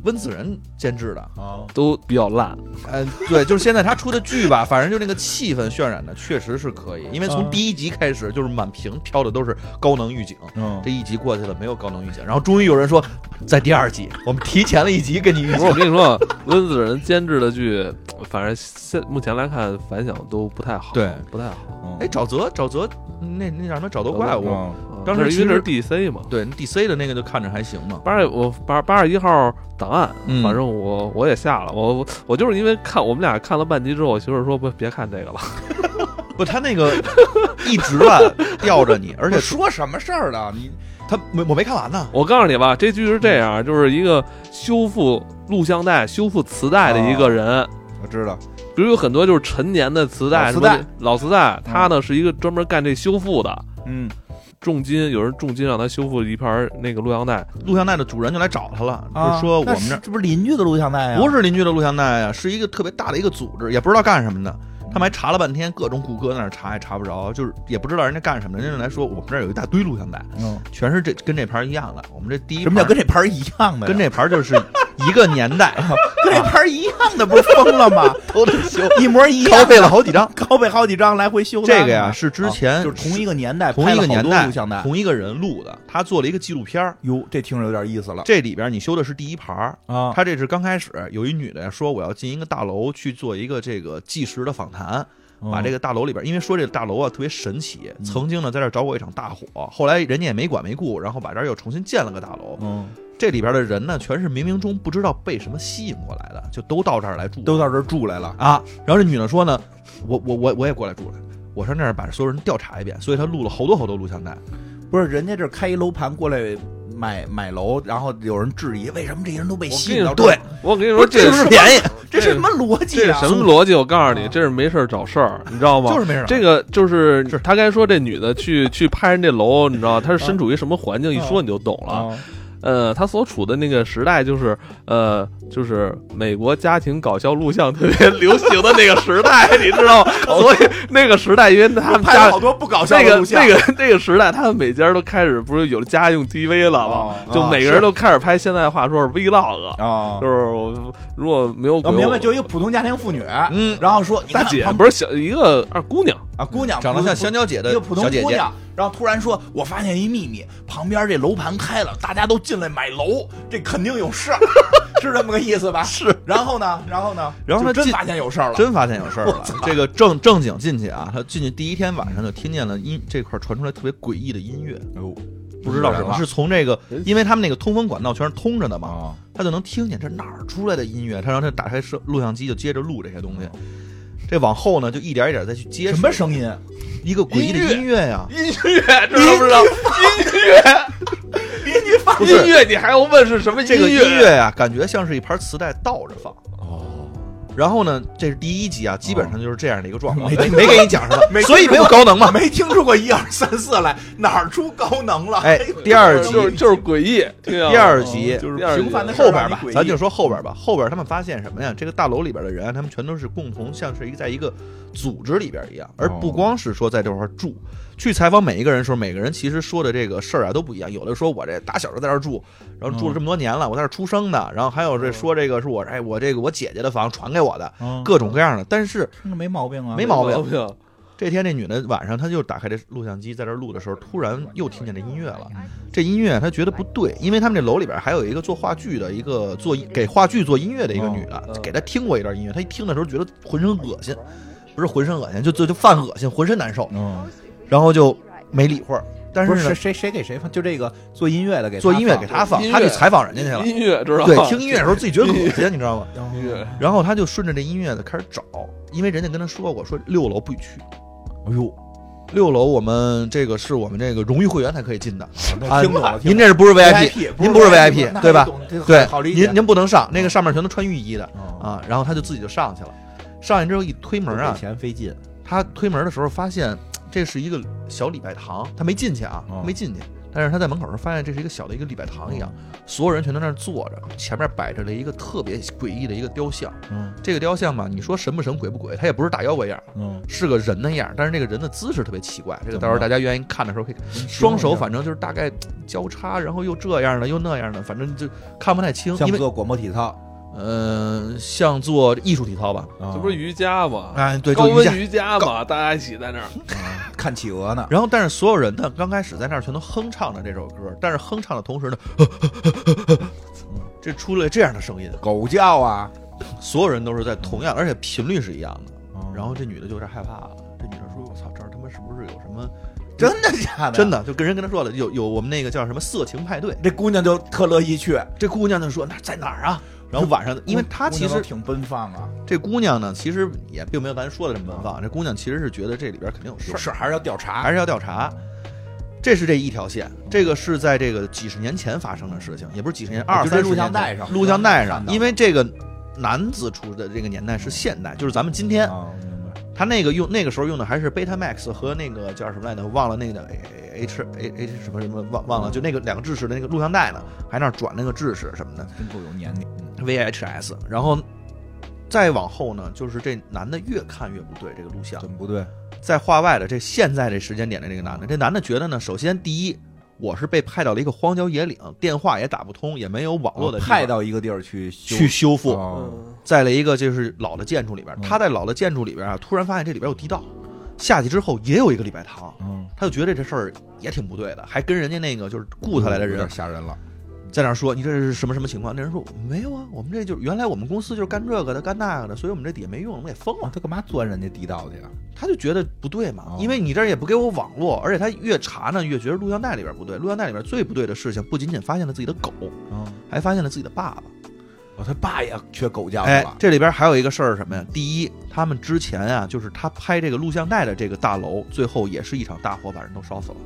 Speaker 6: 温子仁监制的。
Speaker 4: 啊，
Speaker 3: 都比较烂，
Speaker 6: 嗯，对，就是现在他出的剧吧，反正就那个气氛渲染的确实是可以，因为从
Speaker 4: 嗯
Speaker 6: 第一集开始就是满屏飘的都是高能预警，
Speaker 4: 嗯
Speaker 6: 这一集过去了没有高能预警，然后终于有人说在第二集，我们提前了一集给你预
Speaker 3: 不是
Speaker 6: 警
Speaker 3: 我。跟你说，温子仁监制的剧，反正现目前来看反响都不太好，
Speaker 6: 对，
Speaker 3: 不太好。嗯
Speaker 4: 嗯
Speaker 6: 哎，沼泽，沼泽，那那叫什么？沼泽
Speaker 3: 沼泽
Speaker 6: 怪物，
Speaker 4: 我
Speaker 3: 啊
Speaker 6: 当时
Speaker 3: 那是因为
Speaker 6: 其实
Speaker 3: 这是 DC 嘛，
Speaker 6: 对那，DC 的那个就看着还行嘛。
Speaker 3: 八我八八十一号档案，
Speaker 6: 嗯
Speaker 3: 反正我我也下了，我我我就是因为看我们俩看了半集之后，我媳妇儿说不别看这个了，
Speaker 6: 不，他那个一直吧吊着你，而
Speaker 4: 而
Speaker 6: 且
Speaker 4: 且说什么事儿了？你
Speaker 6: 他没我没看完呢。
Speaker 3: 我告诉你吧，这剧是这
Speaker 4: 嗯
Speaker 3: 样，就是一个修复录像带、修复磁带的一个人，
Speaker 4: 我知道，
Speaker 3: 比如有很多就是陈年的磁带，
Speaker 4: 哦老
Speaker 3: 什
Speaker 4: 磁
Speaker 3: 么
Speaker 4: 带
Speaker 3: 老磁带，他呢是一个专门干这修复的，
Speaker 4: 嗯，
Speaker 3: 重金有人重金让他修复一盘那个录像带，
Speaker 6: 录像带的主人就来找他了，就
Speaker 4: 啊
Speaker 6: 是说我
Speaker 4: 那
Speaker 6: 们这
Speaker 4: 是
Speaker 6: 儿
Speaker 4: 这不是邻居的录像带啊？
Speaker 6: 不是邻居的录像带啊，是一个特别大的一个组织，也不知道干什么的。他们还查了半天，各种谷歌在那儿查也查不着，就是也不知道人家干什么的。人家来说，我们这儿有一大堆录像带，
Speaker 4: 嗯，
Speaker 6: 全是这跟这盘一样的。我们这第一
Speaker 4: 什么叫
Speaker 6: 盘
Speaker 4: 跟这盘儿一样的呀？
Speaker 6: 跟这盘就是一个年代，
Speaker 4: 跟这盘儿一样的，不是疯了吗？
Speaker 6: 都得修，
Speaker 4: 一模一样，
Speaker 6: 拷贝了好几张。
Speaker 4: 拷贝好几张来回修。
Speaker 6: 这个呀，啊是之前
Speaker 4: 就是同一个年代，
Speaker 6: 同一个年代
Speaker 4: 录像带。
Speaker 6: 同一个人录的，他做了一个纪录片儿。
Speaker 4: 哟，这听着有点意思了
Speaker 6: 这里边你修的是第一盘儿，
Speaker 4: 啊！
Speaker 6: 他这是刚开始有一女的说我要进一个大楼去做一个这个计时的访谈，把这
Speaker 4: 个
Speaker 6: 个大楼里边，因为说这个大楼啊特别神奇，
Speaker 4: 嗯
Speaker 6: 曾经呢在这儿着过一场大火，后来人家也没管没顾，然后把这儿又重新建了个大楼。
Speaker 4: 嗯，
Speaker 6: 这里边的人呢，全是冥冥中不知道被什么吸引过来的，就都到这儿来住，
Speaker 4: 都到这儿住来了。
Speaker 6: 啊。然后这女的说呢，我我我我也过来住来，我上那儿把所有人调查一遍，所以她录了好多好多录像带。
Speaker 4: 不是，人家这儿开一楼盘过来买买楼，然后有人质疑为什么这些人都被
Speaker 3: 我
Speaker 4: 吸
Speaker 3: 跟
Speaker 4: 引
Speaker 3: 你
Speaker 4: 到
Speaker 3: 说，
Speaker 4: 这儿，，
Speaker 3: 我跟你
Speaker 4: 不
Speaker 3: 说
Speaker 4: 是这
Speaker 3: 这
Speaker 4: 不是
Speaker 3: 是
Speaker 4: 便宜，这是
Speaker 3: 这
Speaker 4: 什么逻
Speaker 3: 这
Speaker 4: 辑
Speaker 3: 是
Speaker 4: 啊？
Speaker 3: 什么逻辑？我告诉你，这是没事儿找事儿，你知道吗？
Speaker 6: 就是
Speaker 4: 啊
Speaker 6: 没事儿
Speaker 3: 这个就是
Speaker 6: 是
Speaker 3: 他刚才说这女的去去拍人这楼，你知道她是身处于什么环境，一说你就懂了。
Speaker 4: 啊？
Speaker 3: 呃，她所处的那个时代就是呃，就是美国家庭搞笑录像特别 流行的那个时代，你知道吗？所以那个时代，因为他们
Speaker 4: 哦拍了
Speaker 3: 家
Speaker 4: 好多不搞笑
Speaker 3: 那
Speaker 4: 的
Speaker 3: 个
Speaker 4: 录像
Speaker 3: 那个那个时代，他们每家都开始不是有家用 TV 了吗？
Speaker 4: 哦
Speaker 3: 就
Speaker 4: 啊
Speaker 3: 每个人都开始拍，现在话说是 Vlog，、
Speaker 4: 啊
Speaker 3: 就，是我如果没有
Speaker 4: 我
Speaker 3: 鬼
Speaker 4: 哦明
Speaker 3: 我
Speaker 4: 白，就一个普通家庭妇女，
Speaker 6: 嗯
Speaker 4: 然后说
Speaker 3: 大姐不
Speaker 4: 是
Speaker 3: 是小一个二姑 娘，
Speaker 4: 啊，姑娘
Speaker 6: 长得
Speaker 4: 不
Speaker 6: 像
Speaker 4: 不
Speaker 6: 香蕉姐的
Speaker 4: 一个普通
Speaker 6: 小姐
Speaker 4: 姑
Speaker 6: 姐，
Speaker 4: 娘，然后突然说：“我发现一秘密，旁边这楼盘开了，大家都进来买楼，这肯定有事儿，是这么个意思吧？”是。然后呢？然后呢？
Speaker 6: 然后
Speaker 4: 就
Speaker 6: 呢
Speaker 4: 真
Speaker 6: 进
Speaker 4: 发现有事儿了，
Speaker 6: 真发现有事儿了。这个正正经进去啊，他进去第一天晚上就听见了音这块儿传出来特别诡异的音乐，不知道什么，是从这个，因为他们那个通风管道全是通着的嘛，
Speaker 4: 啊
Speaker 6: 他就能听见这哪儿出来的音乐。他然后他打开摄录像机就接着录这些东西。这往后呢，就一点一点再去接
Speaker 4: 什
Speaker 6: 触
Speaker 4: 么声 音？
Speaker 6: 一个诡异的音乐呀、
Speaker 3: 音乐知道不知道？
Speaker 4: 邻居发
Speaker 6: 不
Speaker 3: 音
Speaker 6: 是
Speaker 3: 乐你还要问是什么
Speaker 6: 这个音
Speaker 3: 乐？
Speaker 6: 乐呀、感觉像是一盘磁带倒着放。然后呢，这是第一集啊，基本上就是这样的一个状况，
Speaker 4: 没
Speaker 6: 没没给你讲什么，
Speaker 4: 没
Speaker 6: 所以没有高能嘛。
Speaker 4: 没听出过一二三四来，哪儿出高能了？
Speaker 6: 哎第二集
Speaker 3: 就是就是诡异，听见吗嗯
Speaker 6: 第二集
Speaker 3: 就是
Speaker 4: 第
Speaker 3: 第二集
Speaker 4: 平凡的事儿
Speaker 6: 后边吧
Speaker 4: 让你诡，异
Speaker 6: 咱就说后边吧。后边他们发现什么呀？这个大楼里边的人啊，他们全都是共同像是一个在一个组织里边一样，而
Speaker 4: 哦
Speaker 6: 不光是说在这块儿住。去采访每一个人的时候，每个人其实说的这个事儿啊都不一样。有的说我这打小就在这儿住，然
Speaker 4: 嗯
Speaker 6: 后住了这么多年了，我在这儿出生的。然后还有这说这个是我哎我这个我姐姐的房传给我的，
Speaker 4: 嗯
Speaker 6: 各种各样的。但是
Speaker 4: 听着没毛病啊，
Speaker 6: 没毛
Speaker 3: 毛
Speaker 6: 病
Speaker 3: 病。
Speaker 6: 这天这女的晚上，她就打开这录像机，在这儿录的时候，突然又听见这音乐了。这音乐她觉得不对，因为他们这楼里边还有一个做话剧的一个做给话剧做音乐的一个女的
Speaker 3: 嗯，
Speaker 6: 给她听过一段音乐，她一听的时候觉得浑身恶心，不是浑身恶心，就就就犯恶心，浑身难受，
Speaker 4: 嗯，
Speaker 6: 然后就没理会儿。但
Speaker 4: 不
Speaker 6: 是
Speaker 4: 是
Speaker 6: 呢，
Speaker 4: 谁谁给谁放？就这个做音乐的给
Speaker 6: 做音乐
Speaker 4: 他
Speaker 6: 给她放
Speaker 3: 哦音，乐
Speaker 6: 她去采访人家去了。
Speaker 3: 音乐知道
Speaker 6: 对
Speaker 3: 吗，
Speaker 6: 听音乐的时候自己觉得恶 心，你知道吗？
Speaker 4: 放
Speaker 3: 音乐，
Speaker 6: 然后她就顺着这音乐的开始找，因为人家跟她说过，说六楼不许去。
Speaker 4: 哎呦，
Speaker 6: 六楼我们这个是我们这个荣誉会员才可以进的，啊
Speaker 4: 听懂了，
Speaker 6: 您这是不是
Speaker 4: VIP，
Speaker 6: VIP？您不是 VIP 对吧？？对，
Speaker 4: 好理解。嗯
Speaker 6: 您您不能上，那个上面全都穿浴衣的
Speaker 4: 啊，
Speaker 6: 啊。然后他就自己就上去了，上去之后一推门啊，
Speaker 4: 钱费劲
Speaker 6: 他推门的时候发现这是一个小礼拜堂，他没进去啊
Speaker 4: 嗯，
Speaker 6: 没进去。但是他在门口时候发现这是一个小的一个礼拜堂一样，
Speaker 4: 哦
Speaker 6: 所有人全都在那儿坐着，前面摆着了一个特别诡异的一个雕像。
Speaker 4: 嗯
Speaker 6: 这个雕像吧，你说神不神鬼不鬼，他也不是大妖怪样儿，
Speaker 4: 嗯，
Speaker 6: 是个人那样儿，但是那个人的姿势特别奇怪。这个
Speaker 4: 怎么
Speaker 6: 到时候
Speaker 4: 了
Speaker 6: 大家愿意看的时候可以看。
Speaker 4: 嗯
Speaker 6: 双手反正就是大概交叉，然后又这样的又那样的，反正就看不太清。
Speaker 4: 像
Speaker 6: 因为
Speaker 4: 做广播体操，
Speaker 6: 嗯、像做艺术体操吧，
Speaker 4: 这
Speaker 3: 这不是瑜伽吗？
Speaker 6: 哎，对，
Speaker 3: 高
Speaker 6: 就瑜
Speaker 3: 温
Speaker 6: 伽。
Speaker 3: 瑜伽嘛，大家一起在那儿。
Speaker 4: 看企鹅呢？
Speaker 6: 然后，但是所有人呢，刚开始在那儿全都哼唱着这首歌，但是哼唱的同时呢， 这出了这样的声音，
Speaker 4: 狗叫啊，
Speaker 6: 所有人都是在同样，而且频率是一样的。然
Speaker 4: 然后
Speaker 6: 后这女的就有点害怕了，这女的说：“我操，这儿他妈是不是有什么
Speaker 4: 真的假的？
Speaker 6: 真
Speaker 4: 的，
Speaker 6: 的？”就跟人跟她说了，有有我们那个叫什么色情派对，
Speaker 4: 这姑娘就特乐意去，嗯
Speaker 6: 这姑娘就说：“那在哪儿啊？”然后晚上，因为她
Speaker 4: 姑
Speaker 6: 其
Speaker 4: 娘
Speaker 6: 实
Speaker 4: 都挺奔放啊，
Speaker 6: 这姑娘呢，其实也并没有咱说的这么奔放。这姑娘其实是觉得这里边肯定有事
Speaker 4: 有
Speaker 6: 儿，
Speaker 4: 事儿还啊是要啊调查，
Speaker 6: 还是要调查。这是这一条线，这个是在这个几十年前发生的事情，也不是几十年，二
Speaker 4: 哦就
Speaker 6: 三
Speaker 4: 这
Speaker 6: 十
Speaker 4: 录
Speaker 6: 年
Speaker 4: 像
Speaker 6: 前
Speaker 4: 带上
Speaker 6: 录像带上
Speaker 4: 看，到
Speaker 6: 因为这个男子处的这个年代是现代，就是咱们今天，
Speaker 4: 啊，明白
Speaker 6: 他那个用那个时候用的还是 Betamax 和那个叫什么来着，忘了那个 H H H 什么什么忘忘了，就那个两个制式的那个录像带呢，还那儿转那个制式什么的，
Speaker 4: 真够有年龄。
Speaker 6: VHS，然后再往后呢，就是这男的越看越不对，这个录像
Speaker 4: 怎么不对？
Speaker 6: 在话外的这现在这时间点的这个男的，这男的觉得呢，首先第一，我是被派到了一个荒郊野岭，电话也打不通，也没有网络的地方
Speaker 4: 啊派到一个地儿去修
Speaker 6: 哦去修复，
Speaker 4: 哦
Speaker 6: 在了一个就是老的建筑里边，
Speaker 4: 嗯
Speaker 6: 他在老的建筑里边啊，突然发现这里边有地道，下去之后也有一个礼拜堂，
Speaker 4: 嗯，
Speaker 6: 他就觉得这事儿也挺不对的，还跟人家那个就是雇他来的
Speaker 4: 有
Speaker 6: 人
Speaker 4: 点吓人了。
Speaker 6: 在那儿说你这是什么什么情况？那人说没有啊，我们这就是原来我们公司就是干这个的，干那个的，所以我们这底下没用，我们给封
Speaker 4: 哇
Speaker 6: 了。
Speaker 4: 他干嘛钻人家地道去呀？
Speaker 6: 他就觉得不对嘛
Speaker 4: 哦，
Speaker 6: 因为你这儿也不给我网络，而且他越查呢越觉得录像带里边不对。录像带里边最不对的事情，不仅仅发现了自己的狗，
Speaker 4: 嗯，
Speaker 6: 还发现了自己的爸爸。
Speaker 4: 哦，他爸也学狗叫去
Speaker 6: 哎
Speaker 4: 了，。
Speaker 6: 这里边还有一个事儿是什么呀？第一，他们之前啊，就是他拍这个录像带的这个大楼，最后也是一场大火，把人都烧死了。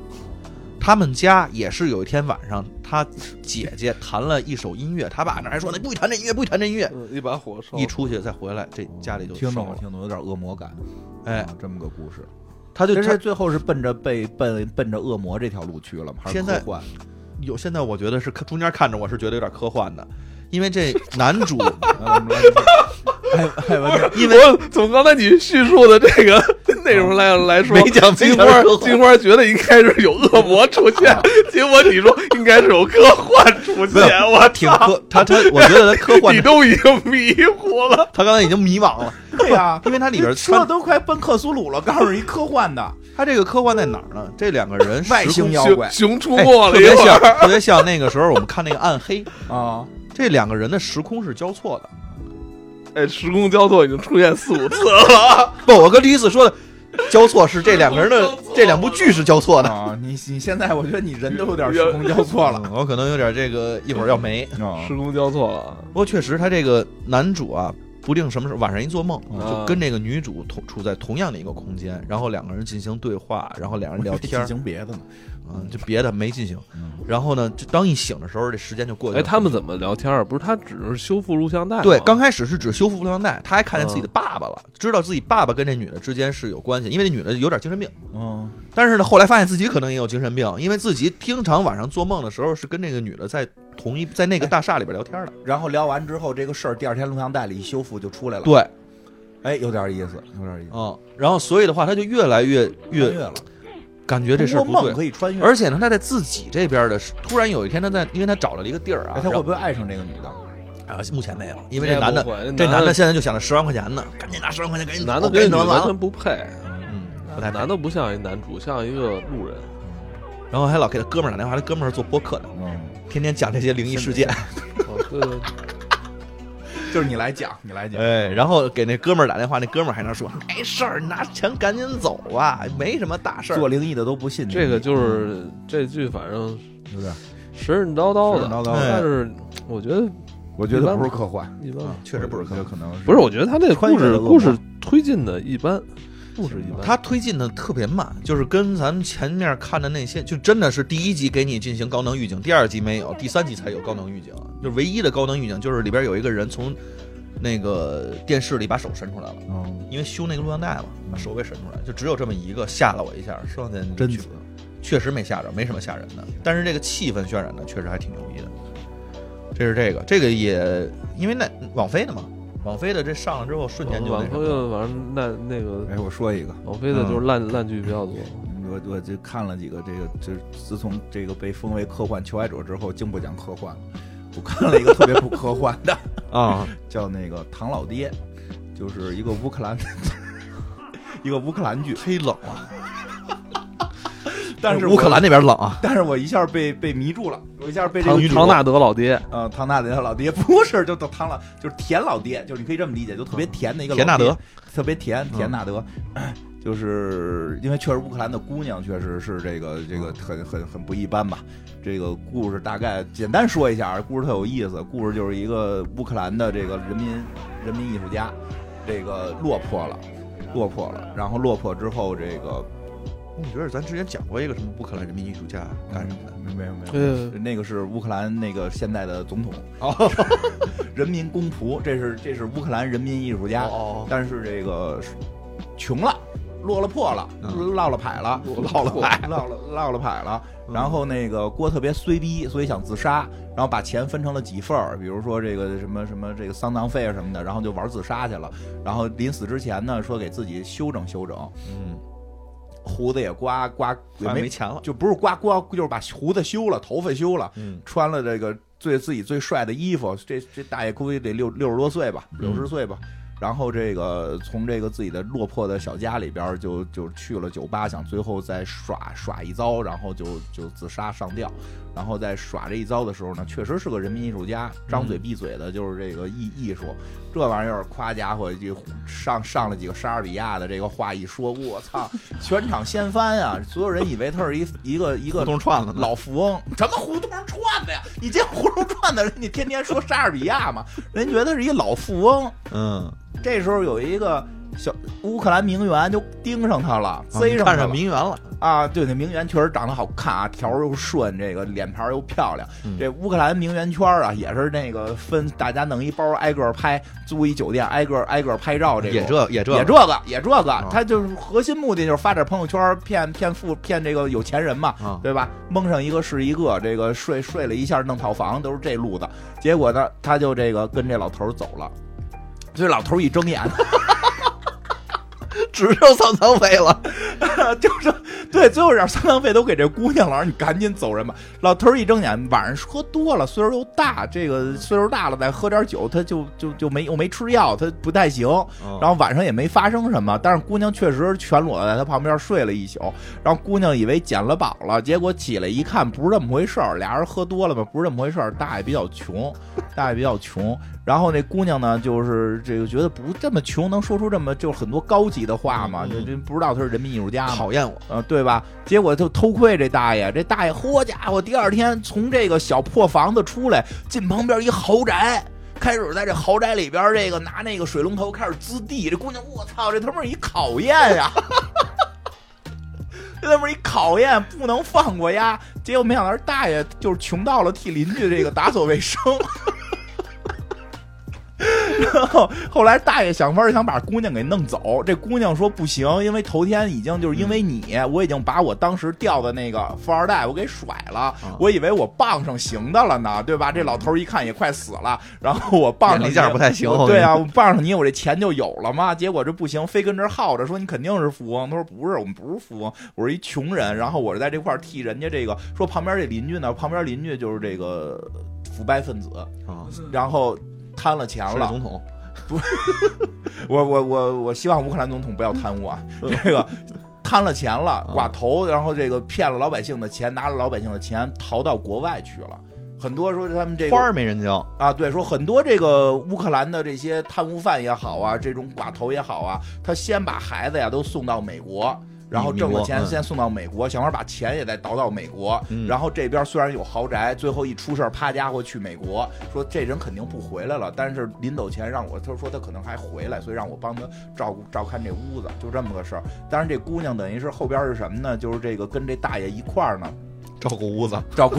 Speaker 6: 他们家也是有一天晚上，他姐姐弹了一首音乐，他爸那还说呢，不许弹这音乐，不许弹这音乐。
Speaker 3: 嗯一把火烧
Speaker 6: 一出去再回来，这家里就
Speaker 4: 听
Speaker 6: 烧
Speaker 4: 懂了，
Speaker 6: 了。
Speaker 4: 听懂，有点恶魔感。
Speaker 6: 哎，
Speaker 4: 啊，这么个故事，
Speaker 6: 他就
Speaker 4: 其
Speaker 6: 他
Speaker 4: 实最后是奔着被奔奔着恶魔这条路去了嘛，还是
Speaker 6: 现在
Speaker 4: 科幻？
Speaker 6: 有现在我觉得是看中间看着我是觉得有点科幻的，因为这男 主
Speaker 4: 啊哎哎，文静
Speaker 3: 因为我从刚才你叙述的这个 内容来来说，
Speaker 6: 哦没讲
Speaker 3: 金
Speaker 6: 没
Speaker 3: 花
Speaker 6: 讲科幻
Speaker 3: 金花觉得应该是有恶魔出 现，结果你说应该是有科幻出
Speaker 6: 没有
Speaker 3: 现，我
Speaker 6: 挺科，他他我觉得他科幻
Speaker 3: 你
Speaker 6: 的，
Speaker 3: 都已经迷糊了。
Speaker 6: 他刚才已经迷茫了，
Speaker 4: 对呀，
Speaker 6: 因为它里边
Speaker 4: 说的
Speaker 6: 穿
Speaker 4: 都快奔克苏鲁了，告诉你科幻的
Speaker 6: 他这个科幻在哪儿呢？这两个 人
Speaker 4: 外
Speaker 6: 时
Speaker 4: 星
Speaker 6: 空
Speaker 4: 妖
Speaker 3: 熊
Speaker 4: 怪
Speaker 3: 熊出
Speaker 6: 哎
Speaker 3: 没
Speaker 6: 特
Speaker 3: 了一
Speaker 6: 别
Speaker 3: 会
Speaker 6: 像
Speaker 3: 儿，
Speaker 6: 特别像那个时候我们看那个暗黑，
Speaker 4: 啊，
Speaker 6: 这两个人的时空是交错的。
Speaker 3: 哎，时空交错已经出现四五次 了。
Speaker 6: 不，我哥第一次说的交错是这两个 人的这两部剧是交错的。
Speaker 3: 嗯
Speaker 4: 啊，你你现在我觉得你人都有点时空交错了
Speaker 6: 嗯我可能有点这个一会儿要没。
Speaker 4: 啊
Speaker 3: 时空交错了，
Speaker 6: 不过确实，他这个男主啊，不定什么时候晚上一做梦，
Speaker 3: 嗯
Speaker 6: 就跟这个女主同处在同样的一个空间，然后两个人进行对话，然后两人聊天
Speaker 4: 进，行别的呢，
Speaker 6: 嗯，就别的没进行
Speaker 4: 嗯。
Speaker 6: 然后呢，就当一醒的时候，这时间就过去
Speaker 3: 哎，
Speaker 6: 了。
Speaker 3: 他们怎么聊天儿？不是他只是修复录像带吗，
Speaker 6: 对，刚开始是指修复录像带，他还看见自己的爸爸了，知道自己爸爸跟这女的之间是有关系，因为这女的有点精神病。
Speaker 4: 嗯，
Speaker 6: 但是呢，后来发现自己可能也有精神病，因为自己经常晚上做梦的时候是跟这个女的在同一在那个大厦里边聊天的。
Speaker 4: 然后聊完之后，这个事儿第二天录像带里一修复就出来了，，
Speaker 6: 对，
Speaker 4: 哎，有点意思，有点意思，
Speaker 6: 嗯，然后所以的话，他就越来越
Speaker 4: 穿
Speaker 6: 越
Speaker 4: 越了，
Speaker 6: 感觉这事儿
Speaker 4: 通
Speaker 6: 不
Speaker 4: 过梦
Speaker 6: 对，
Speaker 4: 可以穿越，
Speaker 6: 而且呢，他在自己这边的时，突然有一天他在，因为他找到了一个地儿啊，
Speaker 4: 哎他
Speaker 6: 然
Speaker 4: 会
Speaker 6: 后
Speaker 4: 不会爱上这个女的？
Speaker 6: 啊，目前没有，因为
Speaker 3: 这
Speaker 6: 这男的
Speaker 3: 不会
Speaker 6: 这男
Speaker 3: 的
Speaker 6: 的现在就想着十万块钱呢，赶紧拿十万块钱，赶紧
Speaker 3: 男的
Speaker 6: 走
Speaker 3: 跟
Speaker 6: 赶紧
Speaker 3: 女的完
Speaker 6: 弄完了
Speaker 3: 全不配，
Speaker 6: 嗯，不太
Speaker 3: 男的不像一男主，像一个路人。
Speaker 6: 然后还老给他哥们儿打电话，他哥们儿是做播客的，
Speaker 4: 嗯，
Speaker 6: 天天讲这些灵异 事件。
Speaker 3: 哦，对对，对
Speaker 4: 就是你来讲，你来讲，
Speaker 6: 哎，然后给那哥们儿打电话，那哥们儿还能说没事儿，拿钱赶紧走啊，没什么大事
Speaker 4: 做
Speaker 6: 儿。
Speaker 4: 灵异的都不信你
Speaker 3: 这个就是这剧，反正
Speaker 4: 有点，
Speaker 3: 神神叨叨
Speaker 4: 神叨
Speaker 3: 的，
Speaker 4: 叨
Speaker 6: 的
Speaker 3: 但是我觉得
Speaker 4: 我觉得不是科幻，
Speaker 3: 一般，
Speaker 6: 嗯确实不是科
Speaker 4: 我觉
Speaker 6: 幻
Speaker 4: 得可能
Speaker 3: 不是，我觉得他这
Speaker 4: 穿越
Speaker 3: 故
Speaker 4: 了
Speaker 3: 事
Speaker 4: 恶魔
Speaker 3: 故事推进的一般，故事一般。
Speaker 6: 他推进的特别慢，就是跟咱们前面看的那些，就真的是第一集给你进行高能预警，第二集没有，第三集才有高能预警。就唯一的高能预警就是里边有一个人从那个电视里把手伸出来了，
Speaker 4: 嗯，
Speaker 6: 因为修那个录像带嘛，把手给伸出来，就只有这么一个吓了我一下，剩下
Speaker 4: 贞
Speaker 6: 去
Speaker 4: 子，
Speaker 6: 确实没吓着，没什么吓人的。但是这个气氛渲染的确实还挺牛逼的。这是这个，这个也因为那网飞的嘛，网飞的这上了之后瞬间就那
Speaker 3: 网
Speaker 6: 什
Speaker 3: 飞
Speaker 6: 么了。
Speaker 3: 的，反正那那个
Speaker 4: 哎，我说一个，
Speaker 3: 网飞的
Speaker 6: 嗯
Speaker 3: 就是烂烂剧比较多。
Speaker 4: 我嗯我就看了几个这个，就是自从这个被封为科幻求爱者之后，竟不讲科幻了。我看了一个特别不科幻的，
Speaker 6: 啊，
Speaker 4: 叫那个《唐老爹》，就是一个乌克兰， 一个乌克兰剧。
Speaker 6: 忒冷了，
Speaker 4: 但是
Speaker 6: 乌克兰
Speaker 4: 那，
Speaker 6: 那边冷啊，
Speaker 4: 但是我一下被被迷住了，我一下被这
Speaker 3: 唐
Speaker 4: 个
Speaker 3: 唐纳德老爹，
Speaker 4: 呃唐纳德老爹 不是，就唐老就是甜老爹，就是你可以这么理解，就特别甜的一个老
Speaker 6: 嗯田纳
Speaker 4: 爹
Speaker 6: 德，
Speaker 4: 特别甜，
Speaker 6: 嗯
Speaker 4: 甜纳德。 就是因为确实乌克兰的姑娘确实是这个这
Speaker 6: 嗯
Speaker 4: 个很很很不一般吧。这个故事大概简单说一下啊，故事特有意思。故事就是一个乌克兰的这个人民人民艺术家，这个落魄了，落魄了。然后落魄之后，这个
Speaker 6: 我觉得咱之前讲过一个什么乌克兰人民艺术家干什么的，
Speaker 4: 没没有没有，
Speaker 3: 呃，
Speaker 4: 那个是乌克兰那个现在的总统，
Speaker 6: 哦
Speaker 4: 人民公仆，这是这是乌克兰人民艺术家，
Speaker 6: 哦，
Speaker 4: 但是这个是穷了，落了魄了，
Speaker 6: 嗯
Speaker 4: 落了牌了，
Speaker 3: 落了
Speaker 4: 牌， 落了落了牌了。然后那个锅特别衰逼，所以想自杀，然后把钱分成了几份儿，比如说这个什么什么这个丧葬费啊什么的，然后就玩自杀去了。然后临死之前呢，说给自己修整修整，
Speaker 6: 嗯，
Speaker 4: 胡子也刮刮，也
Speaker 6: 也
Speaker 4: 没
Speaker 6: 没钱了，
Speaker 4: 就不是刮刮，就是把胡子修了，头发修了，
Speaker 6: 嗯，
Speaker 4: 穿了这个最自己最帅的衣服，这这大爷估计得六六十多岁吧，
Speaker 6: 嗯
Speaker 4: 六十岁吧。然后这个从这个自己的落魄的小家里边儿就就去了酒吧，想最后再耍耍一遭，然后就就自杀上吊。然后在耍这一遭的时候呢，确实是个人民艺术家，张
Speaker 6: 嗯
Speaker 4: 嘴闭嘴的就是这个艺艺术，这玩意儿，夸家伙就上上了几个莎士比亚的这个话一说，我操，全场掀翻啊！所有人以为他是一一个一个
Speaker 6: 胡同串子呢
Speaker 4: 老富翁，什么胡同串子呀？你见胡同串子人，你天天说莎士比亚嘛，人觉得是一老富翁。
Speaker 6: 嗯，
Speaker 4: 这时候有一个小乌克兰名媛就盯上他了，贼上
Speaker 6: 啊看
Speaker 4: 他了
Speaker 6: 上名媛了，
Speaker 4: 啊！对，那名媛确实长得好看啊，条儿又顺，这个脸盘儿又漂亮。
Speaker 6: 嗯
Speaker 4: 这乌克兰名媛圈儿啊，也是那个分大家弄一包，挨个儿拍，租一酒店，挨个儿挨个儿拍照，这种
Speaker 6: 也这也这
Speaker 4: 也这个也这个
Speaker 6: 啊，
Speaker 4: 他就是核心目的就是发点朋友圈儿骗骗富骗这个有钱人嘛，
Speaker 6: 啊，
Speaker 4: 对吧？蒙上一个是一个，这个睡睡了一下弄套房都是这路子。结果呢，他就这个跟这老头儿走了。这老头儿一睁眼，
Speaker 6: 只剩丧葬费了。
Speaker 4: 就是对，最后点丧葬费都给这姑娘了，你赶紧走人吧。老头儿一睁眼，晚上喝多了，岁数又大，这个岁数大了再喝点酒，他就就就没又没吃药，他不太行。然
Speaker 6: 后
Speaker 4: 后晚上也没发生什么，但是姑娘确实全裸在他旁边睡了一宿。然后姑娘以为捡了宝了，结果起来一看不是这么回事儿，俩人喝多了嘛，不是这么回事儿。大爷比较穷，大爷比较穷。然后那姑娘呢，就是这个觉得不这么穷，能说出这么就是很多高级的话吗？
Speaker 6: 嗯
Speaker 4: 这
Speaker 6: 嗯
Speaker 4: 这不知道他是人民艺术家吗？
Speaker 6: 讨厌我，
Speaker 4: 呃，对吧？结果就偷窥这大爷，这大爷嚯家伙，第二天从这个小破房子出来，进旁边一豪宅，开始在这豪宅里边这个拿那个水龙头开始滋地。这姑娘，我操，这他妈是一考验呀！ 这他妈是一考验，不能放过呀！结果没想到这大爷就是穷到了替邻居这个打扫卫生。然后 后来大爷想法儿想把姑娘给弄走，这姑娘说不行，因为头天已经就是因为你，
Speaker 6: 嗯
Speaker 4: 我已经把我当时掉的那个富二代我给甩了，
Speaker 6: 嗯
Speaker 4: 我以为我傍上行的了呢，对吧？这老头儿一看也快死了，然后我傍上
Speaker 6: 眼力
Speaker 4: 你
Speaker 6: 劲儿不太行
Speaker 4: 我对 啊，我傍上你我这钱就有了嘛，结果这不行，非跟这儿耗着，说你肯定是富翁，他说不是，我们不是富翁，我是一穷人，然后我是在这块儿替人家这个说旁边这邻居呢，旁边邻居就是这个腐败分子，
Speaker 6: 啊，是
Speaker 4: 然后贪了钱嗯了。
Speaker 6: 总统，
Speaker 4: 我我我我希望乌克兰总统不要贪污啊，这个贪了钱了，寡头，然后这个骗了老百姓的钱，拿了老百姓的钱逃到国外去了。很多说他们这个
Speaker 6: 花儿没人交，
Speaker 4: 啊，对，说很多这个乌克兰的这些贪污犯也好啊，这种寡头也好啊，他先把孩子呀都送到美国。然后
Speaker 6: 美
Speaker 4: 挣了
Speaker 6: 国
Speaker 4: 钱，
Speaker 6: 嗯
Speaker 4: 先送到美国，想法把钱也再倒到美国。
Speaker 6: 嗯
Speaker 4: 然后这边虽然有豪宅，最后一出事儿，啪家伙去美国，说这人肯定不回来了。但是临走前让我，他说他可能还回来，所以让我帮他照顾照看这屋子，就这么个事儿。当然这姑娘等于是后边是什么呢？就是这个跟这大爷一块儿呢，
Speaker 6: 照顾屋子，
Speaker 4: 照顾。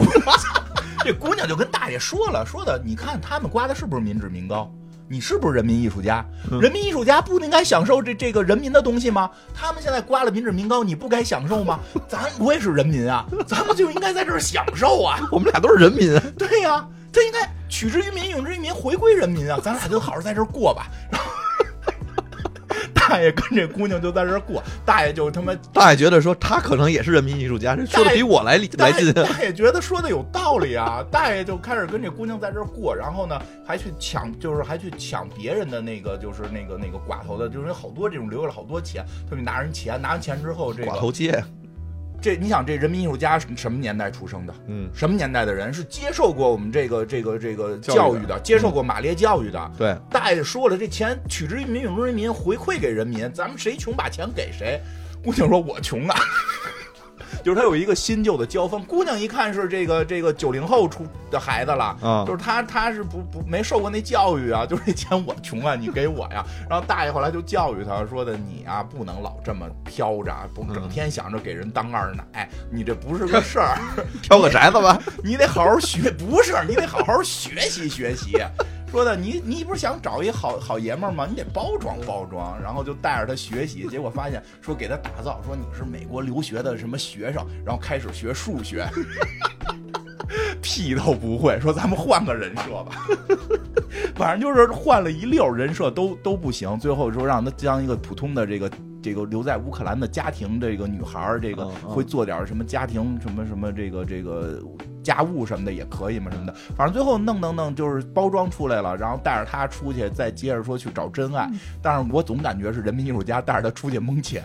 Speaker 4: 这姑娘就跟大爷说了，说的，你看他们刮的是不是民脂民膏？你是不是人民艺术家？人民艺术家不应该享受这这个人民的东西吗？他们现在刮了民脂民膏，你不该享受吗？咱我也是人民啊，咱们就应该在这儿享受啊！
Speaker 6: 我们俩都是人 民，
Speaker 4: 对呀、他应该取之于民，用之于民，回归人民啊！咱俩就好好在这儿过吧。 然后大爷跟这姑娘就在这儿过，大爷就他妈
Speaker 6: 大爷觉得说他可能也是人民艺术家，说的比我来力
Speaker 4: 大
Speaker 6: 来
Speaker 4: 爷
Speaker 6: 劲，
Speaker 4: 大爷觉得说的有道理啊，大爷就开始跟这姑娘在这儿过，然后呢还去抢，就是还去抢别人的那个，就是那个那个寡头的，就是好多这种留下了好多钱，他们拿人钱，拿完钱之后，这
Speaker 6: 寡
Speaker 4: 个
Speaker 6: 头街，啊
Speaker 4: 这你想这人民艺术家是什么年代出生的？
Speaker 6: 嗯，
Speaker 4: 什么年代的人是接受过我们这个这个这个
Speaker 6: 教育
Speaker 4: 教
Speaker 6: 的嗯
Speaker 4: 育的，接受过马列教育的，
Speaker 6: 对，
Speaker 4: 大爷说了，这钱取之于民，用之于民，回馈给人民。咱们谁穷把钱给谁。姑娘说：“我穷啊。” 就是他有一个新旧的交锋。姑娘一看是这个这个九零后出的孩子了，
Speaker 6: 嗯
Speaker 4: 就是他他是不不没受过那教育啊， 就是这钱我穷啊，你给我呀。然后大爷后来就教育他说的：“你啊，不能老这么飘着，啊不整天想着给人当二奶，你这不是个事儿。”啊
Speaker 6: 挑个宅 子吧，
Speaker 4: 你得好好学，不是你得好好学习学习。说的你你不是想找一好好爷们儿吗？你得包装包装，然后就带着他学习，结果发现说给他打造，说你是美国留学的什么学生，然后开始学数学，屁都不会。说咱们换个人设吧，反正就是换了一溜人设都都不行，最后说让他当一个普通的这个这个留在乌克兰的家庭这个女孩儿，这个
Speaker 6: 嗯嗯
Speaker 4: 会做点什么家庭什么什么这个这个家务什么的也可以嘛什么的，反正最后弄弄弄就是包装出来了，然后带着她出去，再接着说去找真爱，但是我总感觉是人民艺术家带着她出去蒙钱。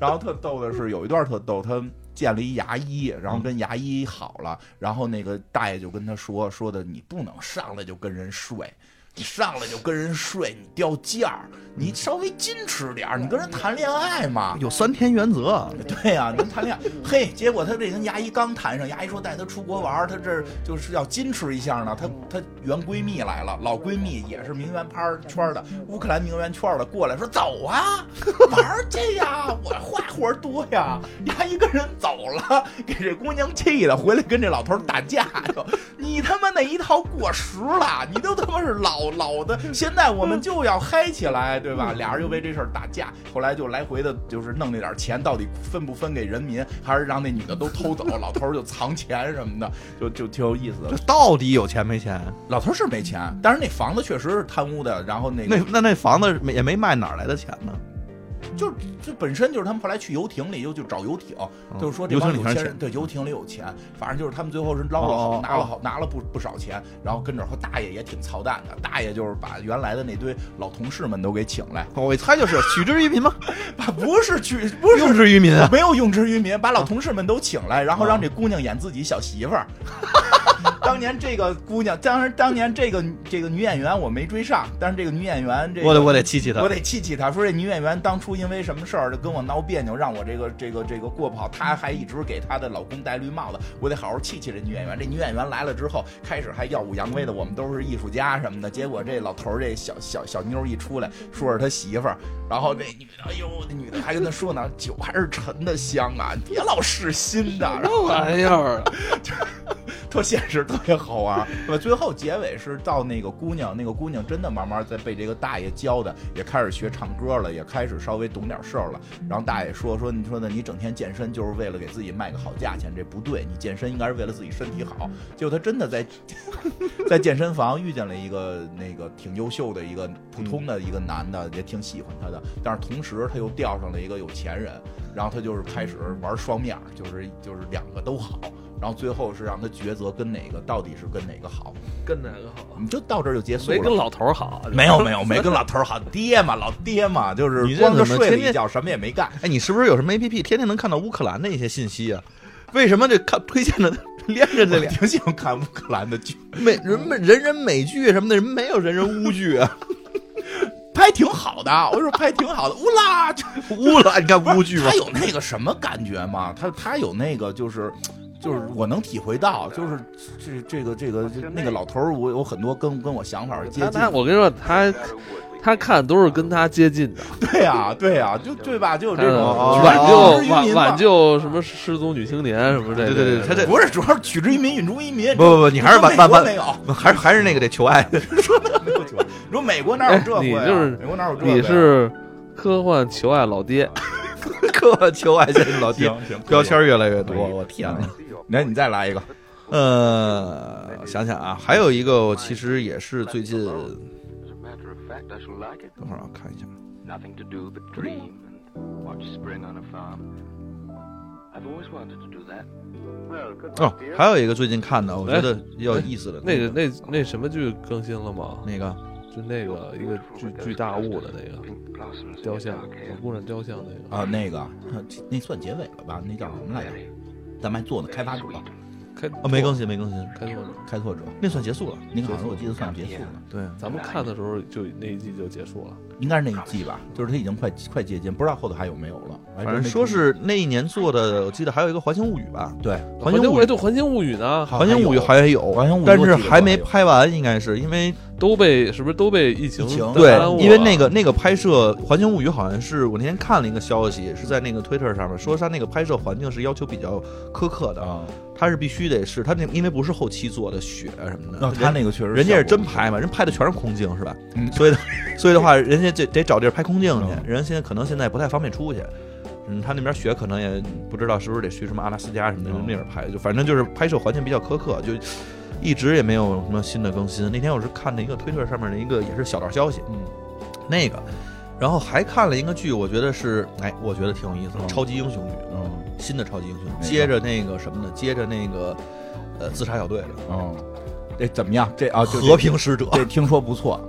Speaker 4: 然后特逗的是，有一段特逗，他见了一牙医，然后跟牙医好了，然后那个大爷就跟他说说的，你不能上来就跟人睡。你上来就跟人睡，你掉价儿，你稍微矜持点儿，你跟人谈恋爱嘛。
Speaker 6: 有三天原则，
Speaker 4: 对呀、能谈恋爱，嘿，结果他这跟牙医刚谈上，牙医说带他出国玩儿，他这儿就是要矜持一下呢。她她原闺蜜来了，老闺蜜也是名媛拍儿圈儿的，乌克兰名媛圈儿的过来说走啊，玩儿去呀，我花活儿多呀。牙医跟人走了，给这姑娘气的，回来跟这老头儿打架就你他妈那一套过时了，你都他妈是老老的，现在我们就要嗨起来，对吧？俩人又为这事儿打架，后来就来回的，就是弄那点钱到底分不分给人民，还是让那女的都偷走，老头儿就藏钱什么的，就就挺有意思的
Speaker 6: 这。到底有钱没钱？
Speaker 4: 老头儿是没钱，但是那房子确实是贪污的，然后那
Speaker 6: 那
Speaker 4: 个
Speaker 6: 那那房子没也没卖，哪儿来的钱呢？
Speaker 4: 就就本身就是他们后来去游艇里又去找游艇，就是说这
Speaker 6: 嗯游艇
Speaker 4: 帮
Speaker 6: 里
Speaker 4: 有
Speaker 6: 全是
Speaker 4: 钱
Speaker 6: 钱
Speaker 4: 人对游艇里有钱，反正就是他们最后是捞了好
Speaker 6: 哦哦哦
Speaker 4: 拿了好拿了不不少钱，然后跟着说大爷也挺操蛋的，大爷就是把原来的那堆老同事们都给请来，
Speaker 6: 我一猜就是取之于民嘛，
Speaker 4: 把不是去不
Speaker 6: 用
Speaker 4: 是。
Speaker 6: 之于民啊。嗯
Speaker 4: 没有用之于民，把老同事们都请来，然后让这姑娘演自己小媳妇儿。 当年这个姑娘，当然当年这个这个女演员我没追上，但是这个女演员这个
Speaker 6: 我得我得气气他
Speaker 4: 我。得气气他，说这女演员当初因为什么事儿就跟我闹别扭，让我这个这个这个过不好，她还一直给她的老公戴绿帽子，我得好好气气这女演员。这女演员来了之后，开始还耀武扬威的，我们都是艺术家什么的，结果这老头儿这小小小妞儿一出来，说是他媳妇儿，然后那女的，哎呦，那女的还跟他说呢，酒还是陈的香啊，别老试新的，然后
Speaker 3: 玩意儿？
Speaker 4: 特现实，特别好玩。对吧？最后结尾是到那个姑娘，那个姑娘真的慢慢在被这个大爷教的，也开始学唱歌了，也开始稍微懂点事儿了。然后大爷说说，你说的你整天健身就是为了给自己卖个好价钱，这不对，你健身应该是为了自己身体好。结果他真的在 在健身房遇见了一个那个挺优秀的一个普通的一个男的，也挺喜欢他的，但是同时他又钓上了一个有钱人，然后他就是开始玩双面儿，就是就是两个都好。然后最后是让他抉择跟哪个到底是跟哪个好，
Speaker 3: 跟哪个好？啊
Speaker 4: 你就到这儿就结束
Speaker 3: 没跟
Speaker 4: 了。
Speaker 3: 老头儿好，啊
Speaker 4: 没有没有没跟老头儿好，爹嘛老爹嘛，就是
Speaker 6: 你这
Speaker 4: 光着
Speaker 6: 怎么
Speaker 4: 睡了
Speaker 6: 天
Speaker 4: 一
Speaker 6: 天
Speaker 4: 觉，什么也没干。
Speaker 6: 哎，你是不是有什么 A P P 天天能看到乌克兰的一些信息啊？为什么这看推荐的 连着这
Speaker 4: 我
Speaker 6: 俩
Speaker 4: 挺喜欢看乌克兰的剧，
Speaker 6: 美人们人人美剧什么的，人没有人人乌 剧啊？
Speaker 4: 拍哎挺好的，我说拍挺好的，乌拉，就
Speaker 6: 乌了，你看乌剧吗
Speaker 4: 他？有那个什么感觉吗？他他有那个就是。就是我能体会到，就是这这个这个这那个老头儿，我有很多跟跟我想法儿接
Speaker 3: 他
Speaker 4: 近
Speaker 3: 他，。我跟你说，他他看都是啊跟他接近的，
Speaker 4: 对呀对呀，就对吧？就有这
Speaker 6: 哦
Speaker 4: 种
Speaker 6: 哦
Speaker 3: 挽
Speaker 4: 取之
Speaker 3: 救
Speaker 4: 于
Speaker 3: 挽
Speaker 4: 民嘛
Speaker 3: 挽救什么失踪女青年什么这个，
Speaker 6: 对对对，他这
Speaker 4: 不是，主要是取之于民，运之于民。
Speaker 6: 不不不，你还是
Speaker 4: 说
Speaker 6: 把
Speaker 4: 美
Speaker 6: 把
Speaker 4: 国
Speaker 6: 把
Speaker 4: 没有，
Speaker 6: 还是还是那个得求爱。
Speaker 4: 没有错你说美国哪有这
Speaker 3: 哎
Speaker 4: 会、啊
Speaker 3: 你就是
Speaker 4: 美国哪有这会、啊？
Speaker 3: 你是科幻求爱老爹，
Speaker 6: 克求爱现在老爹
Speaker 4: 行行
Speaker 6: 标签越来越多，
Speaker 4: 可以嗯
Speaker 6: 我天啊呐。
Speaker 4: 那你再来一个，
Speaker 6: 呃，想想啊，还有一个我其实也是最近，等
Speaker 7: As a matter of fact, I shall like it.
Speaker 6: 会儿啊，看一下，
Speaker 7: Nothing to do but dream and watch spring on a farm. I've always wanted to do that. Well, good
Speaker 6: 哦
Speaker 7: luck, dear.
Speaker 6: 还有一个最近看的，我觉得比较有意思的
Speaker 3: 那个那那什么剧更新了吗？
Speaker 6: 那个
Speaker 3: 就那个一个巨巨大物的那个
Speaker 7: Pink blossoms in
Speaker 3: 雕
Speaker 7: your
Speaker 3: 像，
Speaker 7: dark
Speaker 3: 小
Speaker 7: hair.
Speaker 3: 姑娘雕像那个
Speaker 4: 啊，那个那算结尾了吧？那叫什么来着？咱们还做呢，开发者，
Speaker 3: 开
Speaker 6: 哦没更新没更新，
Speaker 3: 开拓者，
Speaker 4: 开拓者，
Speaker 6: 那算结束了。
Speaker 4: 那个好像我记得算结束了，
Speaker 6: 对，
Speaker 3: 咱们看的时候就那一季就结束了。
Speaker 4: 应该是那一季吧？就是他已经快快接近，不知道后头还有没有了。反
Speaker 6: 反正说是那一年做的，我记得还有一个《环形物语》吧，
Speaker 4: 对，
Speaker 6: 环形物语
Speaker 3: 哎对环形物语呢，
Speaker 6: 《环形物语》还有，
Speaker 4: 环形物语
Speaker 6: 但是
Speaker 4: 我记得
Speaker 6: 还没
Speaker 4: 还有
Speaker 6: 拍完，应该是因为
Speaker 3: 都被是不是都被疫情
Speaker 4: 疫情
Speaker 6: 对
Speaker 3: 耽误，了
Speaker 6: 因为那个那个拍摄《环形物语》好像是我那天看了一个消息，是在那个 Twitter 上面说他那个拍摄环境是要求比较苛刻的，
Speaker 4: 啊，
Speaker 6: 他是必须得是他那因为不是后期做的雪啊什么的，
Speaker 4: 那哦他那个确实，
Speaker 6: 人家是真拍，嘛，人拍的全是空镜是吧？
Speaker 4: 嗯
Speaker 6: 所以的所以的话，人家就得找地儿拍空镜
Speaker 4: 嗯
Speaker 6: 去。人现在可能现在不太方便出去，嗯，他那边雪可能也不知道是不是得去什么阿拉斯加什么的
Speaker 4: 嗯
Speaker 6: 那边拍，就反正就是拍摄环境比较苛刻，就一直也没有什么新的更新。那天我是看了一个推特上面的一个也是小道消息，
Speaker 4: 嗯，
Speaker 6: 那个，然后还看了一个剧，我觉得是哎，我觉得挺有意思的，
Speaker 4: 嗯
Speaker 6: 超级英雄剧，
Speaker 4: 嗯，
Speaker 6: 新的超级英雄，
Speaker 4: 个
Speaker 6: 接着那个什么呢？接着那个呃自杀小队的。
Speaker 4: 哦，这怎么样？这啊，就这
Speaker 6: 和，平使者，
Speaker 4: 这听说不错。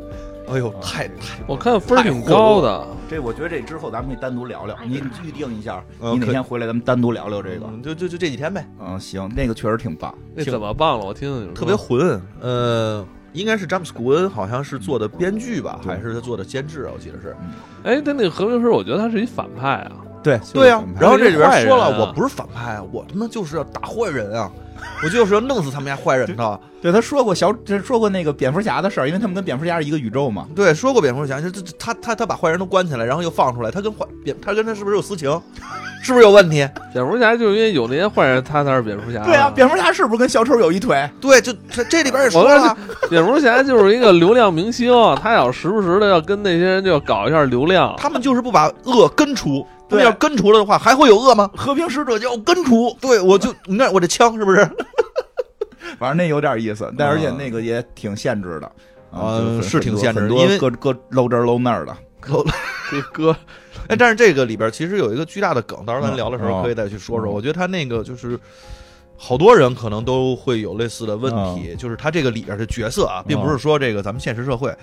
Speaker 6: 哎呦，太太
Speaker 3: 我看分儿挺高的，
Speaker 4: 这我觉得这之后咱们可以单独聊聊，你预定一下，
Speaker 6: 嗯
Speaker 4: 你哪
Speaker 6: 可以
Speaker 4: 天回来咱们单独聊聊这个。
Speaker 6: 嗯就就就这几天呗，
Speaker 4: 嗯，行，那个确实挺棒。
Speaker 3: 那怎么办了？我听听你说
Speaker 6: 特别混。呃，应该是詹姆斯·古恩，好像是做的编剧吧，还是他做的监制啊？我记得是。
Speaker 3: 哎，他那个和平分，我觉得他是一反派啊。
Speaker 4: 对，
Speaker 6: 对呀、然后这里边
Speaker 3: 坏人
Speaker 6: 说了，
Speaker 3: 啊
Speaker 6: 我不是反派，我他妈就是要打坏人啊，我就是要弄死他们家坏人 的。
Speaker 4: 对，他说过小，这说过那个蝙蝠侠的事儿，因为他们跟蝙蝠侠是一个宇宙嘛。
Speaker 6: 对，说过蝙蝠侠，这这这他他他把坏人都关起来，然后又放出来，他跟坏蝙，他跟他是不是有私情？是不是有问题？
Speaker 3: 蝙蝠侠就是因为有那些坏人，他才是蝙蝠侠。
Speaker 4: 对啊，蝙蝠侠是不是跟小丑有一腿？
Speaker 6: 对，就他这里边也说
Speaker 3: 我告诉
Speaker 6: 了，啊
Speaker 3: 你，蝙蝠侠就是一个流量明星，啊他要时不时的要跟那些人就要搞一下流量。
Speaker 6: 他们就是不把恶根除，他
Speaker 4: 对
Speaker 6: 们要根除了的话，还会有恶吗？
Speaker 4: 和平使者就要根除。
Speaker 6: 对，我就你看我这枪是 不是？
Speaker 4: 反正那有点意思，但而且
Speaker 6: 嗯
Speaker 4: 那个也挺限制的。嗯
Speaker 6: 啊
Speaker 4: 啊就是
Speaker 6: 挺
Speaker 4: 很多
Speaker 6: 限制
Speaker 4: 很
Speaker 6: 因为
Speaker 4: 多各各搂这儿搂那儿的。
Speaker 3: 这哥，
Speaker 6: 哎， 但是这个里边其实有一个巨大的梗，到时候
Speaker 4: 嗯
Speaker 6: 咱聊的时候
Speaker 4: 哦
Speaker 6: 可以再去说说。
Speaker 4: 嗯
Speaker 6: 我觉得他那个就是。好多人可能都会有类似的问
Speaker 4: 嗯
Speaker 6: 题，就是他这个里边的角色啊，并不是说这个咱们现实社会，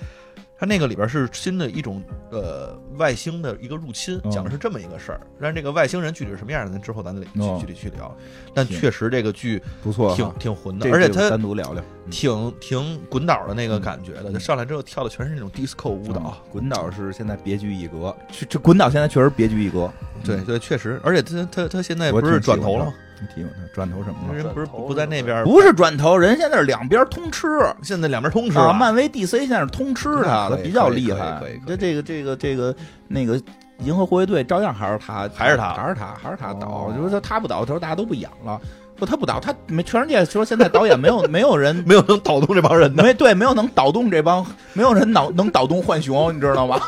Speaker 6: 他那个里边是新的一种呃外星的一个入侵，
Speaker 4: 嗯
Speaker 6: 讲的是这么一个事儿。但是这个外星人具体是什么样的，咱之后咱得
Speaker 4: 哦
Speaker 6: 具具体去聊。但
Speaker 4: 行
Speaker 6: 确实这个剧
Speaker 4: 不错啊
Speaker 6: 挺挺混的，
Speaker 4: 这
Speaker 6: 而且
Speaker 4: 这个
Speaker 6: 他
Speaker 4: 单独嗯聊聊
Speaker 6: 挺挺滚倒的那个感觉的，就上来之后跳的全是那种 disco 舞蹈，
Speaker 4: 嗯滚岛是现在别具一格，这这滚岛现在确实别具一格。
Speaker 6: 对对，确实，而且他他他现在
Speaker 4: 嗯我
Speaker 6: 不是
Speaker 4: 挺喜
Speaker 6: 转
Speaker 4: 欢
Speaker 6: 头了
Speaker 4: 的
Speaker 6: 吗？
Speaker 4: 你提醒他转头什么了？
Speaker 6: 人不是
Speaker 3: 转头
Speaker 6: 不在那边儿，
Speaker 4: 不是转头，人现在是两边通吃。
Speaker 6: 现在两边通吃
Speaker 4: 啊，
Speaker 6: 了。
Speaker 4: 漫威 DC 现在是通吃他，
Speaker 6: 可
Speaker 4: 他
Speaker 6: 以
Speaker 4: 比较
Speaker 6: 可以
Speaker 4: 厉
Speaker 6: 可以
Speaker 4: 害
Speaker 6: 可以可以。
Speaker 4: 这这个这个这个那个银河护卫队照样还是他，
Speaker 6: 还是他
Speaker 4: 还是他，还是他
Speaker 6: 哦
Speaker 4: 导。就是说他不导，他说大家都不演了。说他不导，他没全世界说现在导演没有没有人
Speaker 6: 没有能倒动这帮人的，
Speaker 4: 没对没有能导动这帮没有人脑能导动浣熊，你知道吗？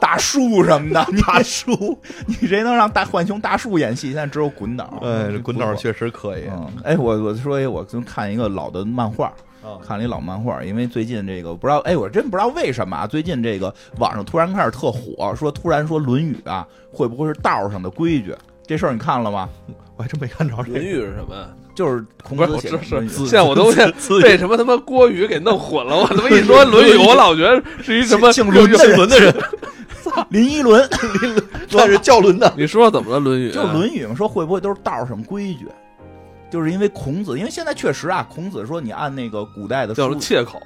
Speaker 4: 大树什么的，大树，你谁能让大浣熊大树演戏？现在只有滚导。
Speaker 6: 哎，这滚导
Speaker 4: 不错
Speaker 6: 确实可以。
Speaker 4: 嗯，哎，我我说一，我最近看一个老的漫画，
Speaker 6: 啊
Speaker 4: 看了一老漫画，因为最近这个不知道，哎，我真不知道为什么啊，最近这个网上突然开始特火，说突然说《论语》啊，会不会是道上的规矩？这事儿你看了吗？
Speaker 6: 我还真没看着这
Speaker 3: 论
Speaker 6: 个。
Speaker 3: 语是什么呀？
Speaker 4: 就是 孔
Speaker 3: 不是，
Speaker 4: 子
Speaker 3: 我
Speaker 4: 写
Speaker 3: 这
Speaker 4: 的《论
Speaker 3: 是
Speaker 4: 语》，
Speaker 3: 现在我都现
Speaker 6: 自己
Speaker 3: 被什么他妈郭宇给弄混了。我他妈一说《论语》，我老觉得是一什么
Speaker 4: 姓
Speaker 3: 有
Speaker 4: 伦的人，
Speaker 6: 的人，
Speaker 4: 林 依轮
Speaker 6: 那是教伦的。
Speaker 3: 你说怎么了，《论语》？
Speaker 4: 就是《论语》嘛，说会不会都是道上规矩？就是因为孔子，因为现在确实啊，孔子说你按那个古代的
Speaker 3: 叫
Speaker 4: 书
Speaker 3: 什么切口，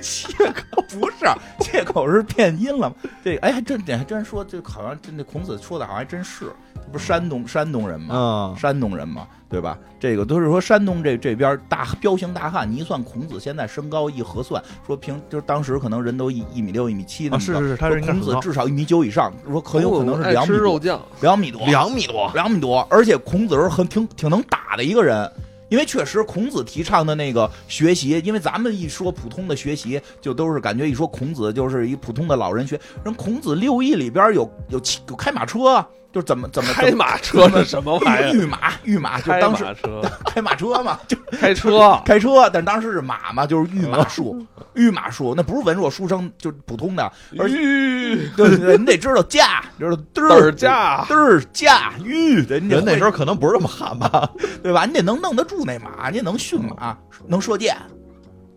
Speaker 4: 借口不是借口是变音了吗？这哎，还真还真说，这好像真的孔子说的，好像还真是，他不是山东山东人吗？
Speaker 6: 嗯，
Speaker 4: 山东人嘛，对吧？这个都是说山东这这边大彪形大汉，你一算孔子现在身高一核算，说平就是当时可能人都一一米六一米七那
Speaker 6: 啊
Speaker 4: 么
Speaker 6: 是
Speaker 4: 高
Speaker 6: 是是他人应该
Speaker 4: 孔
Speaker 6: 很
Speaker 4: 子
Speaker 6: 高
Speaker 4: 至少一米九以上，说很有可能是
Speaker 3: 爱
Speaker 4: 两
Speaker 3: 吃
Speaker 4: 米
Speaker 3: 肉
Speaker 4: 多，
Speaker 3: 酱。
Speaker 4: 两米多，
Speaker 6: 两米多，
Speaker 4: 两米多，而且孔子是很挺挺能打的一个人。因为确实，孔子提倡的那个学习，因为咱们一说普通的学习，就都是感觉一说孔子就是一普通的老人学。人孔子六艺里边有有骑有开马车啊，就是怎么怎么
Speaker 3: 开马车是什么玩意
Speaker 4: 怎么
Speaker 3: 儿？
Speaker 4: 御马御马，就
Speaker 3: 开
Speaker 4: 当时
Speaker 3: 马车，
Speaker 4: 开马车嘛，就
Speaker 3: 开 车。
Speaker 4: 开车，但当时是马嘛，就是御马
Speaker 3: 嗯
Speaker 4: 术，御马术那不是文弱书生，就是普通的，而且
Speaker 3: 吁，
Speaker 4: 对对对，你得知道驾，你知道嘚
Speaker 3: 嘚儿驾
Speaker 4: 嘚儿驾驭，人
Speaker 6: 人那时
Speaker 4: 候。
Speaker 6: 候可能不是这么喊吧？
Speaker 4: 对吧？你得能弄得住那马，你得能驯马，能射箭，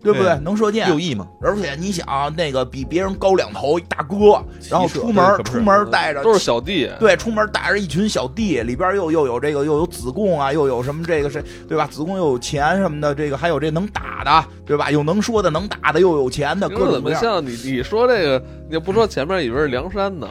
Speaker 4: 对不对？
Speaker 6: 嗯对
Speaker 4: 能射箭
Speaker 6: 六。艺嘛，
Speaker 4: 而且你想，啊那个比别人高两头一大哥，然后
Speaker 6: 骑射
Speaker 4: 出门
Speaker 6: 这是什么事
Speaker 4: 出
Speaker 6: 儿
Speaker 4: 门带着
Speaker 3: 都是小弟。
Speaker 4: 对，出门带着一群小弟，里边又又有这个又有子贡啊，又有什么这个谁对吧？子贡又有钱什么的，这个还有这能打的对吧？有能说的能打的，又有钱的，
Speaker 3: 你
Speaker 4: 各
Speaker 3: 说嗯
Speaker 4: 种
Speaker 3: 怎
Speaker 4: 各
Speaker 3: 么
Speaker 4: 样。
Speaker 3: 像你？你说这个，你不说前面以为是梁山呢？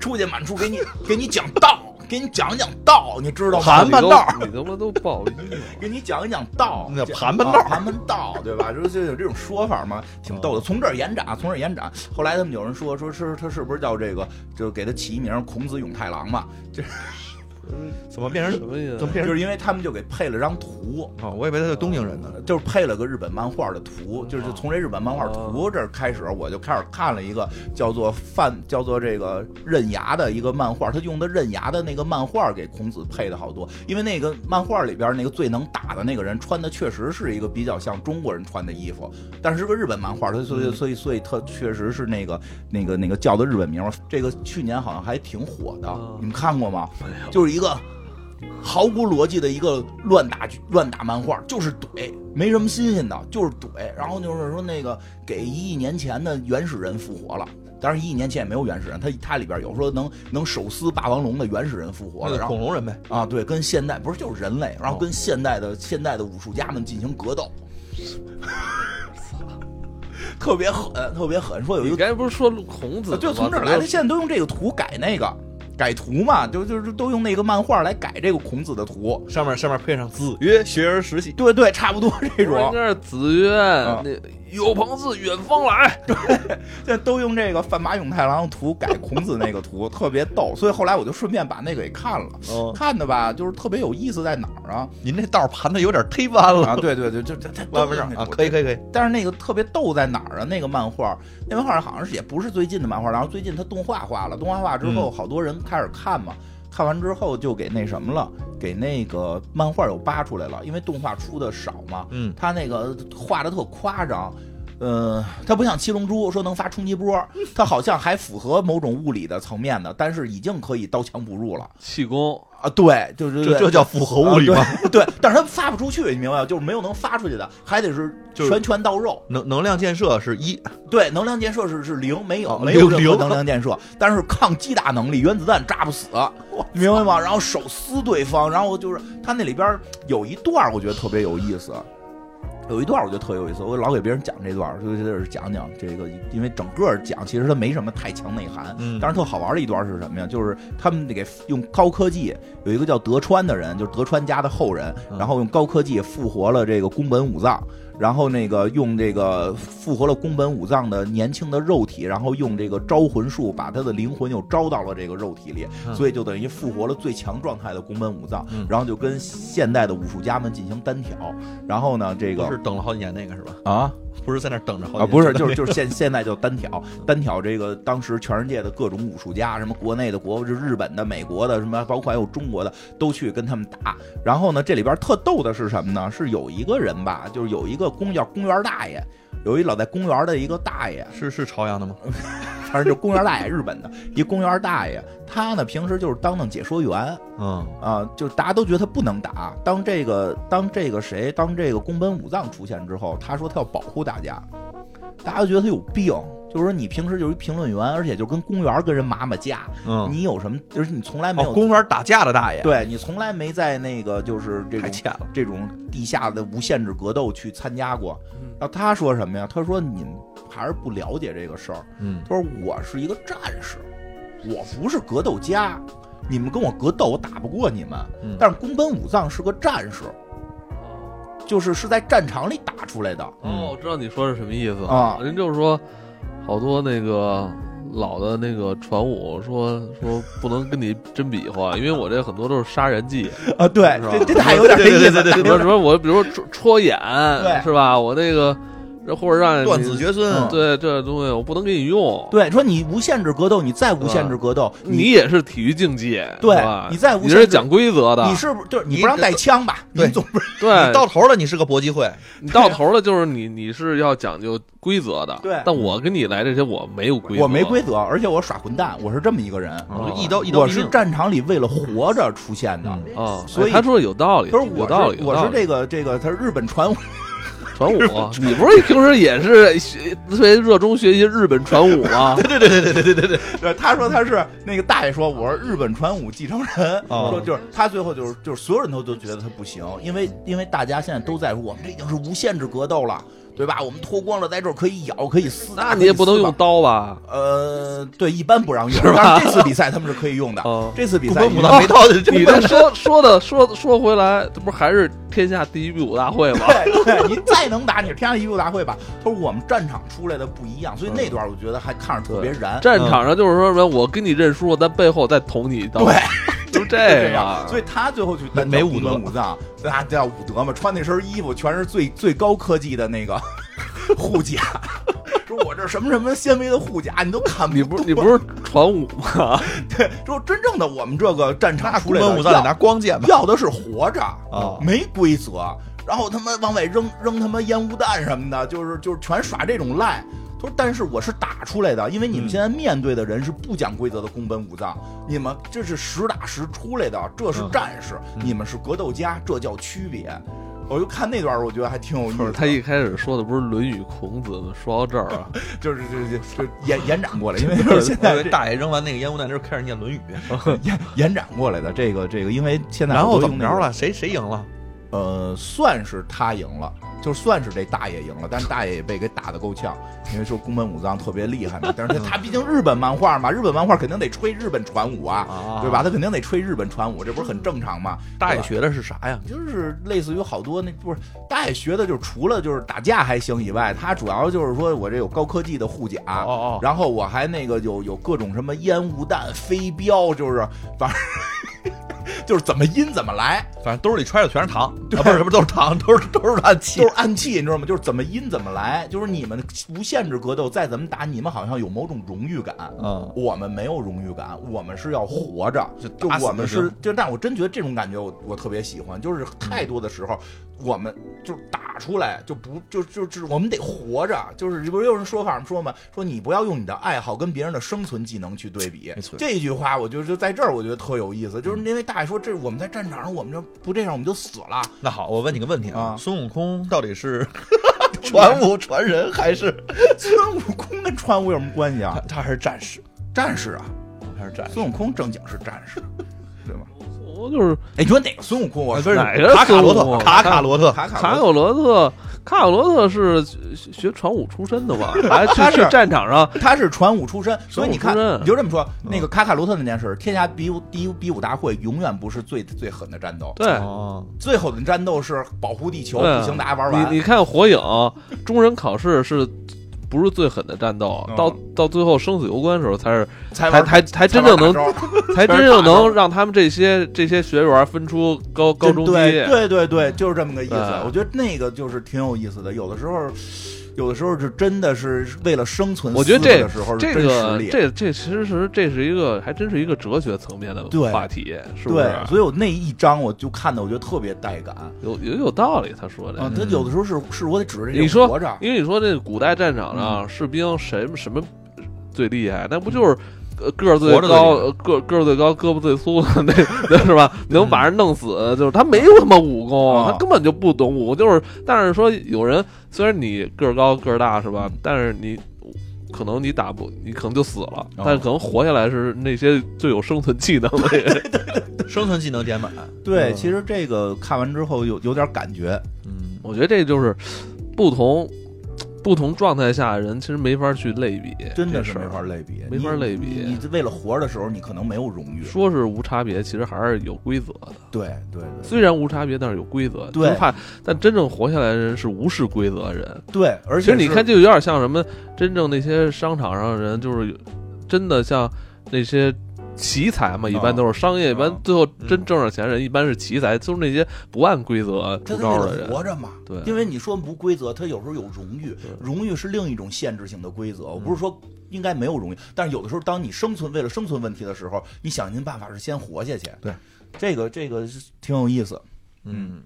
Speaker 4: 出去满处给你给你讲道，给你讲讲道，你知道吗？
Speaker 6: 盘
Speaker 3: 你
Speaker 6: 盘
Speaker 3: 都
Speaker 6: 道，
Speaker 3: 你他妈都报应 了。
Speaker 4: 给你讲一讲道，
Speaker 6: 那
Speaker 4: 讲
Speaker 6: 盘盘道
Speaker 4: 啊盘盘道，对吧？就是就有这种说法嘛，挺
Speaker 6: 哦
Speaker 4: 逗的。从这儿延展，啊从这儿延展。后来他们有人说，说是他是不是叫这个，就给他起一名孔子永太郎 嘛？
Speaker 6: 怎么变
Speaker 3: 什
Speaker 6: 成
Speaker 3: 么意
Speaker 6: 怎
Speaker 3: 思
Speaker 6: 么？变
Speaker 4: 就
Speaker 6: 成？
Speaker 4: 是因为他们就给配了张图，
Speaker 6: 哦，我以为他是东京人呢。
Speaker 4: 就是配了个日本漫画的图，就是从这日本漫画图这儿开始，我就开始看了一个叫做范，叫做这个刃牙的一个漫画，他用的刃牙的那个漫画给孔子配的好多，因为那个漫画里边那个最能打的那个人穿的确实是一个比较像中国人穿的衣服，但是是个日本漫画，他所以所以所以他确实是那个那个那个叫的日本名儿，这个去年好像还挺火的
Speaker 3: 嗯，
Speaker 4: 你们看过吗？就是一个毫无逻辑的一个乱打乱打漫画，就是怼，没什么新鲜的，就是怼。然后就是说那个给一亿年前的原始人复活了。当然，一亿年前也没有原始人，它它里边有说能能手撕霸王龙的原始人复活
Speaker 6: 那
Speaker 4: 了，
Speaker 6: 个
Speaker 4: 然后
Speaker 6: 恐龙人哦呗，
Speaker 4: 啊，对，跟现代不是就是人类，然后跟现代的现代的武术家们进行格斗， 特别狠，特别狠。说有
Speaker 3: 你
Speaker 4: 一个
Speaker 3: 刚才不是说孔子吗？
Speaker 4: 就从这儿来的，现在都用这个图改那个，改图嘛，就就是都用那个漫画来改这个孔子的图。
Speaker 6: 上面上面配上“子曰学而时习
Speaker 4: 对对，差不多这
Speaker 3: 这种应
Speaker 4: 种，
Speaker 3: 该是子曰，
Speaker 4: 啊
Speaker 3: 那有朋自远方来，
Speaker 4: 现在都用这个范马永太郎的图改孔子那个图， 特别逗。所以后来我就顺便把那个给看了，”。
Speaker 6: 哦，
Speaker 4: 看的吧，就是特别有意思在哪儿啊？
Speaker 6: 您这道盘的有点忒弯了
Speaker 4: 啊，。对对对，就这 这
Speaker 6: 弯不上啊，可以可以可以。
Speaker 4: 但是那个特别逗在哪儿啊？那个漫画，那漫画好像是也不是最近的漫画，然后最近它动画化了，动画化之后，
Speaker 6: 嗯
Speaker 4: 好多人开始看嘛。看完之后就给那什么了，给那个漫画有扒出来了，因为动画出的少嘛，
Speaker 6: 嗯，
Speaker 4: 他那个画的特夸张，呃，他不像七龙珠说能发冲击波， 他好像还符合某种物理的层面的，但是已经可以刀枪不入了
Speaker 3: 气功
Speaker 4: 啊！对，就是
Speaker 6: 这这叫符合物理 吗？
Speaker 4: 啊对 对，但是他发不出去，你明白吗？就是没有能发出去的，还得是
Speaker 6: 就是
Speaker 4: 拳拳到肉。
Speaker 6: 能能量建设是一，
Speaker 4: 对，能量建设是是零，没有、
Speaker 6: 哦
Speaker 4: 没有
Speaker 6: 零
Speaker 4: 任何
Speaker 6: 零
Speaker 4: 能量建设，但是抗击打能力，原子弹炸不 死，你明白吗？然后手撕对方，然后就是他那里边有一段儿我觉得特别有意思，有一段儿我觉得特有意思，我老给别人讲这段儿，就就是讲讲这个，因为整个讲其实它没什么太强内涵，
Speaker 6: 嗯
Speaker 4: 但是特好玩的一段是什么呀？就是他们给用高科技，有一个叫德川的人，就是德川家的后人，
Speaker 6: 嗯
Speaker 4: 然后用高科技复活了这个宫本武藏，然后那个用这个复活了宫本武藏的年轻的肉体，然后用这个招魂术把他的灵魂又招到了这个肉体里，
Speaker 6: 嗯
Speaker 4: 所以就等于复活了最强状态的宫本武藏
Speaker 6: 嗯，
Speaker 4: 然后就跟现代的武术家们进行单挑，然后呢，这个
Speaker 6: 是等了好几年那个是吧？
Speaker 4: 啊。
Speaker 6: 不是在那儿等着好几
Speaker 4: 啊，
Speaker 6: 年
Speaker 4: 不 是，就是就是现现在就单挑，单挑这个当时全世界的各种武术家，什么国内的、国就日本的、美国的，什么包括还有中国的，都去跟他们打。然后呢，这里边特逗的是什么呢？是有一个人吧，就是有一个公叫公园大爷，有一老在公园的一个大爷，
Speaker 6: 是是朝阳的吗？
Speaker 4: 反正就公园大爷，日本的一公园大爷，他呢平时就是当当解说员，
Speaker 6: 嗯，
Speaker 4: 啊，就是大家都觉得他不能打。当这个当这个谁当这个宫本武藏出现之后，他说他要保护大家，大家都觉得他有病。就是说你平时就是一评论员，而且就跟公园儿跟人麻麻架，
Speaker 6: 嗯，
Speaker 4: 你有什么？就是你从来没有、
Speaker 6: 哦，公园打架的大爷，
Speaker 4: 对你从来没在那个就是这
Speaker 6: 太
Speaker 4: 种
Speaker 6: 欠了。
Speaker 4: 这种地下的无限制格斗去参加过
Speaker 3: 嗯。
Speaker 4: 然后他说什么呀？他说你们还是不了解这个事儿。
Speaker 6: 嗯，
Speaker 4: 他说我是一个战士，我不是格斗家，你们跟我格斗我打不过你们。
Speaker 6: 嗯
Speaker 4: 但是宫本武藏是个战士，就是是在战场里打出来的。
Speaker 3: 哦，我知道你说是什么意思
Speaker 4: 嗯啊
Speaker 3: 人就是说，好多那个老的那个传武说说不能跟你真比划，因为我这很多都是杀人技，
Speaker 4: 啊， 对
Speaker 3: 是吧
Speaker 4: 这这还有点这
Speaker 6: 对对
Speaker 4: 意思。
Speaker 6: 对对
Speaker 3: 什么什么我比如说戳戳眼
Speaker 4: 对
Speaker 3: 是吧？我那个或者让你
Speaker 6: 断子绝孙，
Speaker 4: 嗯
Speaker 3: 对这东西我不能给你用，
Speaker 4: 对说你无限制格斗，你再无限制格斗，
Speaker 3: 你也是体育竞技，
Speaker 4: 对
Speaker 3: 是吧
Speaker 4: 你在无
Speaker 3: 你
Speaker 4: 限
Speaker 3: 是
Speaker 4: 制
Speaker 3: 讲规则的，
Speaker 4: 你是不是就是你
Speaker 6: 你
Speaker 4: 不让带枪吧？
Speaker 6: 对
Speaker 4: 你总不
Speaker 3: 对
Speaker 6: 你到头了，你是个搏击会，
Speaker 3: 你到头了就是你你是要讲究规则的，
Speaker 4: 对
Speaker 3: 但我跟你来这些我没有规则，
Speaker 4: 我没规则，而且我耍混蛋，我是这么一个人。
Speaker 6: 我
Speaker 3: 哦
Speaker 6: 就一刀一刀
Speaker 4: 我
Speaker 6: 毙
Speaker 4: 是
Speaker 6: 命。
Speaker 4: 战场里为了活着出现的。
Speaker 6: 嗯
Speaker 3: 啊，
Speaker 4: 哦所以
Speaker 3: 哎他说的有道理，
Speaker 4: 他说
Speaker 3: 有道
Speaker 4: 我
Speaker 3: 理，
Speaker 4: 是我
Speaker 3: 有道
Speaker 4: 是
Speaker 3: 理
Speaker 4: 这个这个，他是日本传武
Speaker 3: 传武，啊你不是平时也是学特别热衷学习日本传武啊吗？
Speaker 4: 对，他说他是那个大爷说我是日本传武继承人，
Speaker 6: 哦
Speaker 4: 说就是他最后就是就是所有人都都觉得他不行，因为
Speaker 3: 嗯
Speaker 4: 因为大家现在都在说我们这已经是无限制格斗了，对吧？我们脱光了在这儿可以咬可以撕，
Speaker 3: 那你也不能用
Speaker 4: 可以撕吧。
Speaker 3: 刀 吧？
Speaker 4: 呃，对，一般不让用，但是这次比赛他们是可以用的。
Speaker 3: 哦
Speaker 4: 这次比
Speaker 6: 不
Speaker 4: 赛
Speaker 6: 管
Speaker 4: 已经
Speaker 6: 武道没到的，
Speaker 3: 你这说说的说说回来，这不还是天下第一比武大会吗？
Speaker 4: 对对，你再能打，你是天下一武大会吧？他说我们战场出来的不一样，所以那段我觉得还看着特别燃。
Speaker 3: 嗯战场上就是说什么，我跟你认输，但背后再捅你一刀，
Speaker 4: 嗯对，
Speaker 3: 就
Speaker 4: 这
Speaker 3: 这
Speaker 4: 样，所
Speaker 3: 以
Speaker 4: 以他最后去单
Speaker 6: 没
Speaker 4: 挑
Speaker 6: 武
Speaker 4: 武
Speaker 6: 德
Speaker 4: 门武藏，啊那叫武德嘛，穿那身衣服全是最最高科技的那个护甲，说我这什么什么纤维的护甲，你都看
Speaker 3: 你不
Speaker 4: 不动
Speaker 3: 是你不是传武吗？
Speaker 4: 对，说真正的我们这个战场出
Speaker 6: 出
Speaker 4: 来
Speaker 6: 门
Speaker 4: 的
Speaker 6: 武藏得
Speaker 4: 要
Speaker 6: 拿光剑 吧？
Speaker 4: 要的是活着
Speaker 6: 啊
Speaker 4: 没规则，然后他妈往外扔扔他妈烟雾弹什么的，就是就是全耍这种赖。他说：“但是我是打出来的，因为你们
Speaker 6: 嗯
Speaker 4: 现在面对的人是不讲规则的宫本武藏，你们这是实打实出来的，这是
Speaker 6: 嗯
Speaker 4: 战士，你们是格斗家，这叫区别。”我就看那段儿，我觉得还挺有意
Speaker 3: 不
Speaker 4: 思
Speaker 3: 是，
Speaker 4: 的。
Speaker 3: 他一开始说的不是《论语》《孔子》吗？说到这儿啊，
Speaker 4: 就是就是就是延延展过来， 因为就是现
Speaker 6: 我以
Speaker 4: 在
Speaker 6: 为 大爷扔完那个烟雾弹之后开始念《论语》，
Speaker 4: 延延展过来的这个这个，因为现在
Speaker 6: 然
Speaker 4: 好
Speaker 6: 后
Speaker 4: 多
Speaker 6: 怎
Speaker 4: 用
Speaker 6: 么
Speaker 4: 那
Speaker 6: 着
Speaker 4: 个
Speaker 6: 了？谁谁赢了？
Speaker 4: 呃，算是他赢了，就算是这大爷赢了，但是大爷也被给打得够 呛，因为说宫本武藏特别厉害嘛，但是他他毕竟日本漫画嘛，日本漫画肯定得吹日本传武啊，
Speaker 6: 啊
Speaker 4: 对吧？他肯定得吹日本传武，这不是很正常吗？
Speaker 6: 大
Speaker 4: 对
Speaker 6: 爷
Speaker 4: 吧
Speaker 6: 学的是啥呀？
Speaker 4: 就是类似于好多那不是大爷学的，就是除了就是打架还行以外，他主要就是说我这有高科技的护甲，
Speaker 6: 哦哦
Speaker 4: 然后我还那个有有各种什么烟雾弹、飞镖，就是反正 就是怎么阴怎么来，
Speaker 6: 反正兜里揣的全是 糖，啊，不是什么都是糖，都是都是暗器
Speaker 4: 都是。暗器，你知道吗？就是怎么阴怎么来，就是你们无限制格斗，再怎么打，你们好像有某种荣誉感，
Speaker 6: 嗯，
Speaker 4: 我们没有荣誉感，我们是要活着，
Speaker 6: 就
Speaker 4: 就
Speaker 6: 打死
Speaker 4: 我们
Speaker 6: 就是嗯
Speaker 4: 就，但我真觉得这种感觉我我特别喜欢，就是太多的时候，我们就打出来就不就就就我们得活着，就是不是有人说法说嘛，说你不要用你的爱好跟别人的生存技能去对比，
Speaker 6: 没错嗯
Speaker 4: 这一句话我觉得就在这儿，我觉得特有意思，就是因为大爷说这我们在战场上我们就不这样我们就死了，
Speaker 6: 那好，我问你个问题啊
Speaker 4: 啊，
Speaker 6: 孙悟空到底是传武传人还是
Speaker 4: 孙悟空跟川武有什么关系
Speaker 6: 他
Speaker 4: 啊？
Speaker 6: 他还是战士？
Speaker 4: 战士啊，
Speaker 6: 还是战士？
Speaker 4: 孙悟空正经是战士，对吗？
Speaker 3: 我就是
Speaker 4: 哎，你说哪个孙悟空？我
Speaker 6: 不是
Speaker 3: 哪个
Speaker 6: 卡卡罗
Speaker 3: 孙悟
Speaker 6: 特？
Speaker 3: 空
Speaker 6: 卡卡罗特？
Speaker 4: 卡卡
Speaker 3: 卡
Speaker 4: 罗特
Speaker 3: 卡罗特，卡卡罗特是学学传武出身的 吧？还
Speaker 4: 他
Speaker 3: 去
Speaker 4: 是哦
Speaker 3: 去战场上，
Speaker 4: 他是传武出身，所以你看
Speaker 3: 传武出，身
Speaker 4: 你就这么说，那个卡卡罗特那件事，天下比武第一比武大会永远不是最最狠的战斗，
Speaker 3: 对，
Speaker 6: 哦，
Speaker 4: 最狠的战斗是保护地球，
Speaker 3: 对啊
Speaker 4: 不行大家玩
Speaker 3: 你
Speaker 4: 完
Speaker 3: 你。看火影，中忍考试是。不是最狠的战斗，
Speaker 4: 嗯
Speaker 3: 到到最后生死攸关的时候，才 是
Speaker 4: 才
Speaker 3: 才
Speaker 4: 玩
Speaker 3: 才才真正能
Speaker 4: 才玩大招
Speaker 3: 才真
Speaker 4: 才
Speaker 3: 正
Speaker 4: 是打
Speaker 3: 能让他们这些这些学员分出高高中低。嗯
Speaker 4: 对对对对，就是这么个意思
Speaker 3: 对。
Speaker 4: 我觉得那个就是挺有意思的，有的时候，有的时候是真的是为了生存，
Speaker 3: 我觉得这
Speaker 4: 的时候是
Speaker 3: 这
Speaker 4: 真实
Speaker 3: 个
Speaker 4: 力。
Speaker 3: 这这其实是这是一个还真是一个哲学层面的
Speaker 4: 对
Speaker 3: 话题，是不是啊嗯
Speaker 4: 对，？所以我那一章我就看的，我觉得特别带感啊！
Speaker 3: 有有有道理，他说的。
Speaker 4: 他有的时候是是我得指着这
Speaker 3: 你
Speaker 4: 个
Speaker 3: 说
Speaker 4: 活着，，
Speaker 3: 因为你说这古代战场
Speaker 4: 嗯
Speaker 3: 上士兵谁什么最厉害？那不就是呃个儿最
Speaker 6: 活着最
Speaker 3: 高、
Speaker 6: 厉害
Speaker 3: 呃个个儿最高、胳膊最粗的那那是吧？能把人弄死，就是他没有他妈武功，
Speaker 4: 啊
Speaker 3: 他根本就不懂武功。就是，但是说有人虽然你个儿高个儿大是吧？
Speaker 4: 嗯
Speaker 3: 但是你。可能你打不，你可能就死了，
Speaker 4: 哦
Speaker 3: 但是可能活下来是那些最有生存技能的 人。
Speaker 6: 生存技能点满。
Speaker 4: 对，
Speaker 6: 嗯
Speaker 4: 其实这个看完之后有有点感觉，
Speaker 6: 嗯，
Speaker 3: 我觉得这就是不同不同状态下的人其实没法去类比，
Speaker 4: 真的
Speaker 3: 这
Speaker 4: 是
Speaker 3: 事
Speaker 4: 没
Speaker 3: 儿
Speaker 4: 法类比，
Speaker 3: 没法
Speaker 4: 你
Speaker 3: 类比
Speaker 4: 你你为了活着的时候，你可能没有荣誉。
Speaker 3: 说是无差别，其实还是有规则的。
Speaker 4: 对对对
Speaker 3: 虽然无差别，但是有规则。就
Speaker 4: 对
Speaker 3: 是怕，但真正活下来的人是无视规则的人。
Speaker 4: 对，而
Speaker 3: 其实
Speaker 4: 且
Speaker 3: 你
Speaker 4: 是
Speaker 3: 看，，就有点像什么，真正那些商场上的人，就是有真的像那些奇才嘛，一般都是商业，一般
Speaker 4: 嗯
Speaker 3: 最后真挣着钱人，一般是奇才，就是那些不按规则
Speaker 4: 他
Speaker 3: 出
Speaker 4: 是
Speaker 3: 招
Speaker 4: 为
Speaker 3: 的
Speaker 4: 了
Speaker 3: 人。
Speaker 4: 活着嘛。
Speaker 3: 对
Speaker 4: 因为你说无规则，他有时候有荣誉，荣誉是另一种限制性的规则。我不是说应该没有荣誉，但是有的时候，当你生存为了生存问题的时候，你想尽办法是先活下去。
Speaker 6: 对，
Speaker 4: 这个这个是挺有意思。
Speaker 6: 嗯，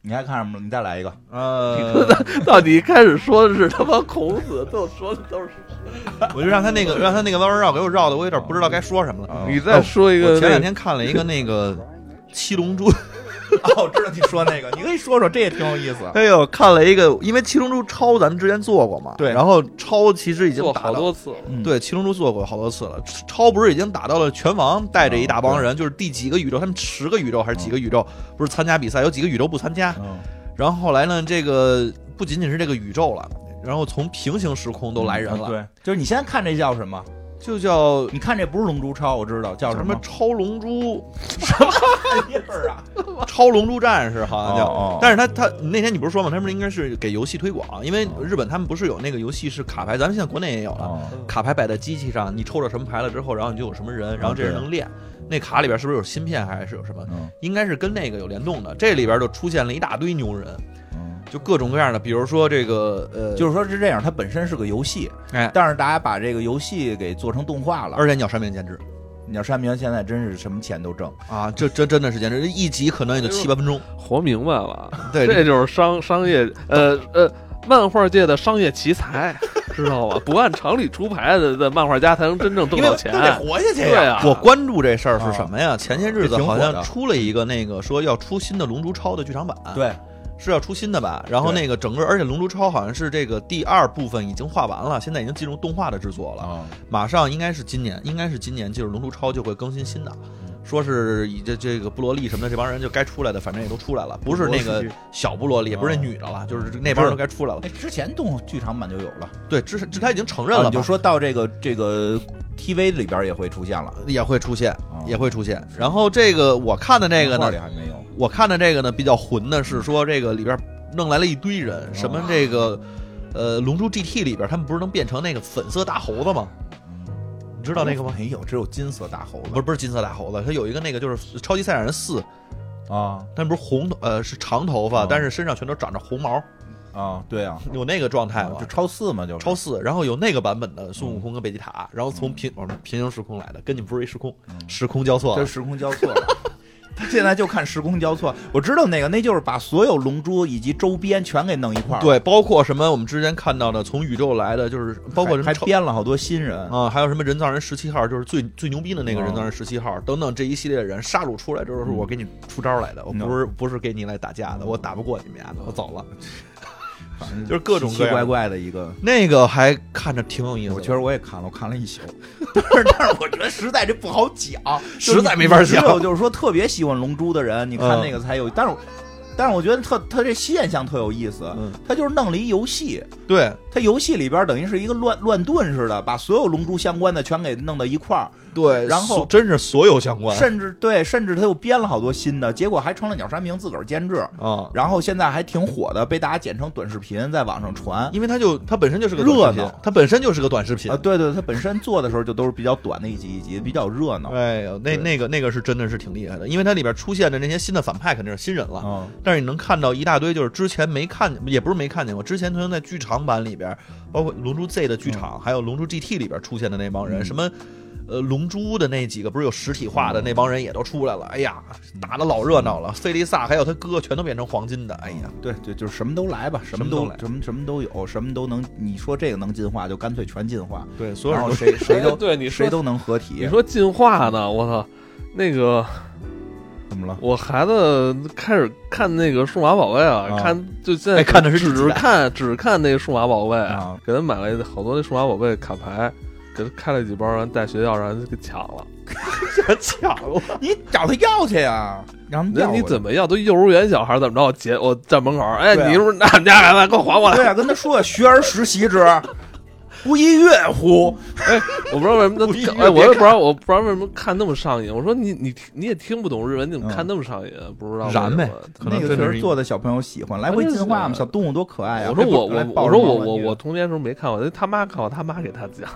Speaker 4: 你还看什么了？你再来一个。
Speaker 6: 呃，
Speaker 3: 到底一开始说的是他妈孔子，最后说的都是
Speaker 6: 我就让他那个让他那个弯弯绕给我绕的，我有点不知道该哦说什么了。
Speaker 3: 你再说一
Speaker 6: 我
Speaker 3: 个
Speaker 6: 前
Speaker 3: 那
Speaker 6: 两
Speaker 3: 个。
Speaker 6: 天看了一个那个《七龙珠》，
Speaker 4: 哦，我知道你说那个， 你可以说说，这也挺有意思。
Speaker 6: 哎呦，看了一个，因为《七龙珠超》咱们之前做过嘛，
Speaker 4: 对
Speaker 6: 然后超其实已经
Speaker 3: 做
Speaker 6: 打
Speaker 3: 好
Speaker 6: 到
Speaker 3: 多次了，
Speaker 4: 嗯
Speaker 6: 对，《七龙珠》做过好多次了。超不是已经打到了拳王带着一大帮人，就是第几个宇宙，他们十个宇宙还是几个宇宙，不是参加比赛，有几个宇宙不参加。
Speaker 4: 嗯，
Speaker 6: 然后后来呢，这个不仅仅是这个宇宙了，然后从平行时空都来人了，
Speaker 4: 对，就是你现在看这叫什么？
Speaker 6: 就叫
Speaker 4: 你看这不是龙珠超，我知道叫
Speaker 6: 什
Speaker 4: 么
Speaker 6: 么超龙珠、
Speaker 4: 玩意儿啊？
Speaker 6: 超龙珠战士，好像叫。
Speaker 4: 哦哦
Speaker 6: 但是他他那天你不是说吗？他们应该是给游戏推广，因为日本他们不是有那个游戏是卡牌，咱们现在国内也有 了。
Speaker 4: 哦
Speaker 6: 卡牌摆在机器上，你抽着什么牌了之后，然后你就有什么人，哦然后这人能练。那卡里边是不是有芯片还是有什么？
Speaker 4: 嗯
Speaker 6: 应该是跟那个有联动的。这里边就出现了一大堆牛人，
Speaker 4: 嗯，
Speaker 6: 就各种各样的，比如说这个呃，
Speaker 4: 就是说是这样，它本身是个游戏，
Speaker 6: 哎，
Speaker 4: 但是大家把这个游戏给做成动画了。
Speaker 6: 而且鸟山明监制
Speaker 4: 鸟山明现在真是什么钱都挣，
Speaker 6: 啊，这这真的是简直一集可能也就七八分钟。
Speaker 3: 活明白了，
Speaker 6: 对
Speaker 3: 这就是商商业呃呃漫画界的商业奇才，知道吧？不按常理出牌的的漫画家才能真正挣到钱
Speaker 4: 因，为他得活下去
Speaker 3: 对
Speaker 4: 呀。
Speaker 3: 啊，
Speaker 6: 我关注这事儿是什么呀？前些日子
Speaker 4: 啊挺
Speaker 6: 好
Speaker 4: 火的
Speaker 6: 像出了一个那个说要出新的《龙珠超》的剧场版，，
Speaker 4: 对，
Speaker 6: 是要出新的吧？然后那个整个，而且《龙珠超》好像是这个第二部分已经画完了，现在已经进入动画的制作了。
Speaker 4: 啊，嗯
Speaker 6: 马上应该是今年，应该是今年就是《龙珠超》就会更新新的，说是以这这个布罗利什么的这帮人就该出来的，反正也都出来了，不是那个小布罗利，也不是那女的了，就是那帮人都该出来了。
Speaker 4: 啊哎，之前动剧场版就有了，
Speaker 6: 对，这是这他已经承认
Speaker 4: 那
Speaker 6: 了嘛，
Speaker 4: 啊你就说到这个这个 TV 里边也会出现了，
Speaker 6: 也会出现，
Speaker 4: 啊
Speaker 6: 也会出现。然后这个我看的这个
Speaker 4: 漫画
Speaker 6: 呢
Speaker 4: 里，还没有，
Speaker 6: 我看的这个呢比较混的是说这个里边弄来了一堆人，什么这个呃《龙珠 GT》里边他们不是能变成那个粉色大猴子吗？你知
Speaker 4: 知
Speaker 6: 道那个吗？
Speaker 4: 没有，只有金色大猴子，
Speaker 6: 不是不是金色大猴子，它有一个那个就是《超级赛亚人四》，
Speaker 4: 啊
Speaker 6: 但不是红头呃是长头发，
Speaker 4: 哦
Speaker 6: 但是身上全都长着红毛，
Speaker 4: 啊，对啊，
Speaker 6: 有那个状态吗
Speaker 4: 就？超四嘛，就是
Speaker 6: 超四，然后有那个版本的孙悟空跟贝吉塔，然后从平我们平行时空来的，跟你们不是一时空，时空交错
Speaker 4: 这
Speaker 6: 了。
Speaker 4: 时空交错了。 他现在就看时空交错，我知道那个，那就是把所有龙珠以及周边全给弄一块儿，，
Speaker 6: 对，包括什么我们之前看到的从宇宙来的，就是包括什么
Speaker 4: 还
Speaker 6: 超
Speaker 4: 编了好多新人，
Speaker 6: 啊，还有什么人造人十七号，就是最最牛逼的那个
Speaker 4: 哦
Speaker 6: 人造人十七号，等等这一系列的人杀戮出来，就是
Speaker 4: 嗯
Speaker 6: 我给你出招来的，我不是不是给你来打架的，我打不过你们家的，我走
Speaker 4: 嗯
Speaker 6: 了。
Speaker 4: 反正
Speaker 6: 就是各种
Speaker 4: 奇奇
Speaker 6: 各样
Speaker 4: 怪
Speaker 6: 的
Speaker 4: 怪的一个。
Speaker 6: 那个还看着挺有意思的，
Speaker 4: 我确实我也看了，我看了一宿，但是但是我觉得实在这不好讲，
Speaker 6: 实在没法讲
Speaker 4: 就是你只有就是说特别喜欢《龙珠》的人，你看
Speaker 6: 嗯
Speaker 4: 那个才有。但是我，但是我觉得特他这现象特有意思
Speaker 6: 嗯，
Speaker 4: 他就是弄了一游戏，
Speaker 6: 对，
Speaker 4: 他游戏里边等于是一个乱乱炖似的，把所有龙珠相关的全给弄到一块儿，
Speaker 6: 对，
Speaker 4: 然后
Speaker 6: 所真是所有相关
Speaker 4: 甚至对，甚至他又编了好多新的，结果还成了鸟山明自个儿监制，
Speaker 6: 啊，
Speaker 4: 然后现在还挺火的，被大家剪成短视频在网上传。
Speaker 6: 因为它就它本身就是个短视频
Speaker 4: 热闹
Speaker 6: 它本身就是个短视频
Speaker 4: 啊，。对对，他本身做的时候就都是比较短的一集一集，比较热闹。
Speaker 6: 哎呦，那
Speaker 4: 对
Speaker 6: 那个那个是真的是挺厉害的，因为它里边出现的那些新的反派肯定是新人了，
Speaker 4: 嗯，
Speaker 6: 但是你能看到一大堆，就是之前没看，也不是没看见过，之前曾经在剧场版里边，包括《龙珠 Z》的剧场，还有《龙珠 GT》里边出现的那帮人，什么。呃，龙珠的那几个不是有实体化的那帮人也都出来了，哎呀，打的老热闹了。费利萨还有他哥全都变成黄金的，哎呀，
Speaker 4: 对，就就是什么都来吧，什么
Speaker 6: 什么都
Speaker 4: 都
Speaker 6: 来
Speaker 4: 什么什么都有，什么都能。你说这个能进化，就干脆全进化，
Speaker 6: 对，所有
Speaker 4: 然
Speaker 6: 人
Speaker 4: 后
Speaker 6: 都
Speaker 4: 谁谁
Speaker 3: 哎
Speaker 4: 都
Speaker 3: 对你说
Speaker 4: 谁都能合体。
Speaker 3: 你说进化呢？我操，那个
Speaker 4: 怎么了？
Speaker 3: 我孩子开始看那个数码宝贝啊，
Speaker 4: 啊
Speaker 3: 看就现在
Speaker 6: 哎看的是
Speaker 3: 只只
Speaker 6: 日记
Speaker 3: 看只看那个数码宝贝，
Speaker 4: 啊
Speaker 3: 给他买了好多那数码宝贝卡牌，给他开了几包，然后带学校，让人给抢了。
Speaker 6: 抢了。
Speaker 4: 你找他要去呀，让他
Speaker 3: 那
Speaker 4: 要
Speaker 3: 你
Speaker 4: 我
Speaker 3: 怎么要都幼儿园小孩怎么着？我截我站门口，哎，
Speaker 4: 对啊
Speaker 3: 你是不是拿我们家孩子？给我还我来！
Speaker 4: 对啊，跟他说学而时习之，不亦乐乎？
Speaker 3: 哎，我不知道为什么
Speaker 6: 故意
Speaker 3: 他，哎，
Speaker 6: 越
Speaker 3: 我也
Speaker 6: 别
Speaker 3: 不知道，我不知道为什么看那么上瘾。我说你你你也听不懂日文，你怎么
Speaker 4: 嗯
Speaker 3: 看那么上瘾？啊不知道为
Speaker 6: 燃
Speaker 3: 什
Speaker 6: 呗
Speaker 3: 么
Speaker 6: 可
Speaker 4: 那
Speaker 6: 能
Speaker 4: 个
Speaker 6: 真的
Speaker 4: 确
Speaker 6: 是
Speaker 4: 实做的小朋友喜欢，来回进化嘛，小动物多可哎爱呀！啊
Speaker 3: 我说我
Speaker 4: 来啊
Speaker 3: 我
Speaker 4: 抱
Speaker 3: 我
Speaker 4: 着
Speaker 3: 说我
Speaker 4: 毛
Speaker 3: 我
Speaker 4: 玩具
Speaker 3: 我童年时候没看过，那他妈看我他妈给他讲。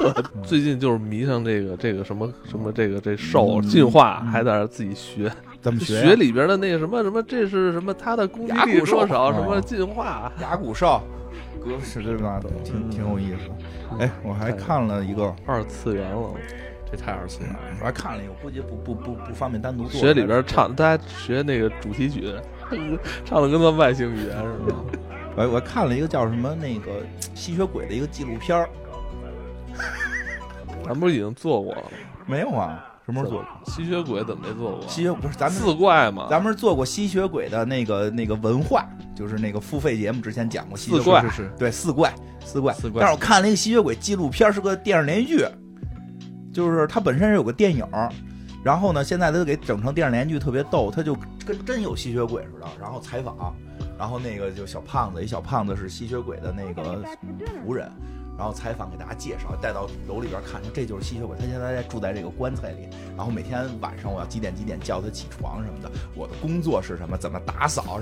Speaker 3: 我 最近就是迷上这个这个什么什么这个这兽进化，还在那儿自己学
Speaker 4: 怎么
Speaker 3: 就
Speaker 4: 学呀
Speaker 3: 学里边的那个什么什么，这是什么它的攻击
Speaker 4: 牙
Speaker 3: 力
Speaker 4: 骨兽
Speaker 3: 多少，什么
Speaker 4: 哦
Speaker 3: 进化。
Speaker 4: 牙骨兽，格是这吧？挺挺有意思。哎，我还看了一个，
Speaker 3: 二次元了，
Speaker 6: 这太二次元了。
Speaker 4: 我还看了一个，估计不不不不方便单独做。
Speaker 3: 学里边唱，大家学那个主题曲，唱的跟他妈外星语言似的。
Speaker 4: 我我看了一个叫什么那个吸血鬼的一个纪录片儿，
Speaker 3: 咱不是已经做过了吗？
Speaker 4: 没有啊？什么时候做过？
Speaker 3: 吸血鬼怎么没做过？
Speaker 4: 吸血不是咱们
Speaker 3: 四怪嘛，
Speaker 4: 咱们是做过吸血鬼的那个那个文化，就是那个付费节目之前讲过吸血
Speaker 3: 四怪
Speaker 4: 鬼，
Speaker 3: 是
Speaker 6: 是
Speaker 4: 对四怪四怪
Speaker 6: 四怪
Speaker 4: 但是我看了一个吸血鬼纪录片，是个电视连续剧，就是它本身是有个电影儿。然后呢，现在它给整成电视连续剧，特别逗，它就跟真有吸血鬼似的。然后采访，然后那个就小胖子，一小胖子是吸血鬼的那个仆人，然后采访给大家介绍，带到楼里边看，说这就是吸血鬼，他现在在住在这个棺材里，然后每天晚上我要几点几点叫他起床什么的，我的工作是什么，怎么打扫，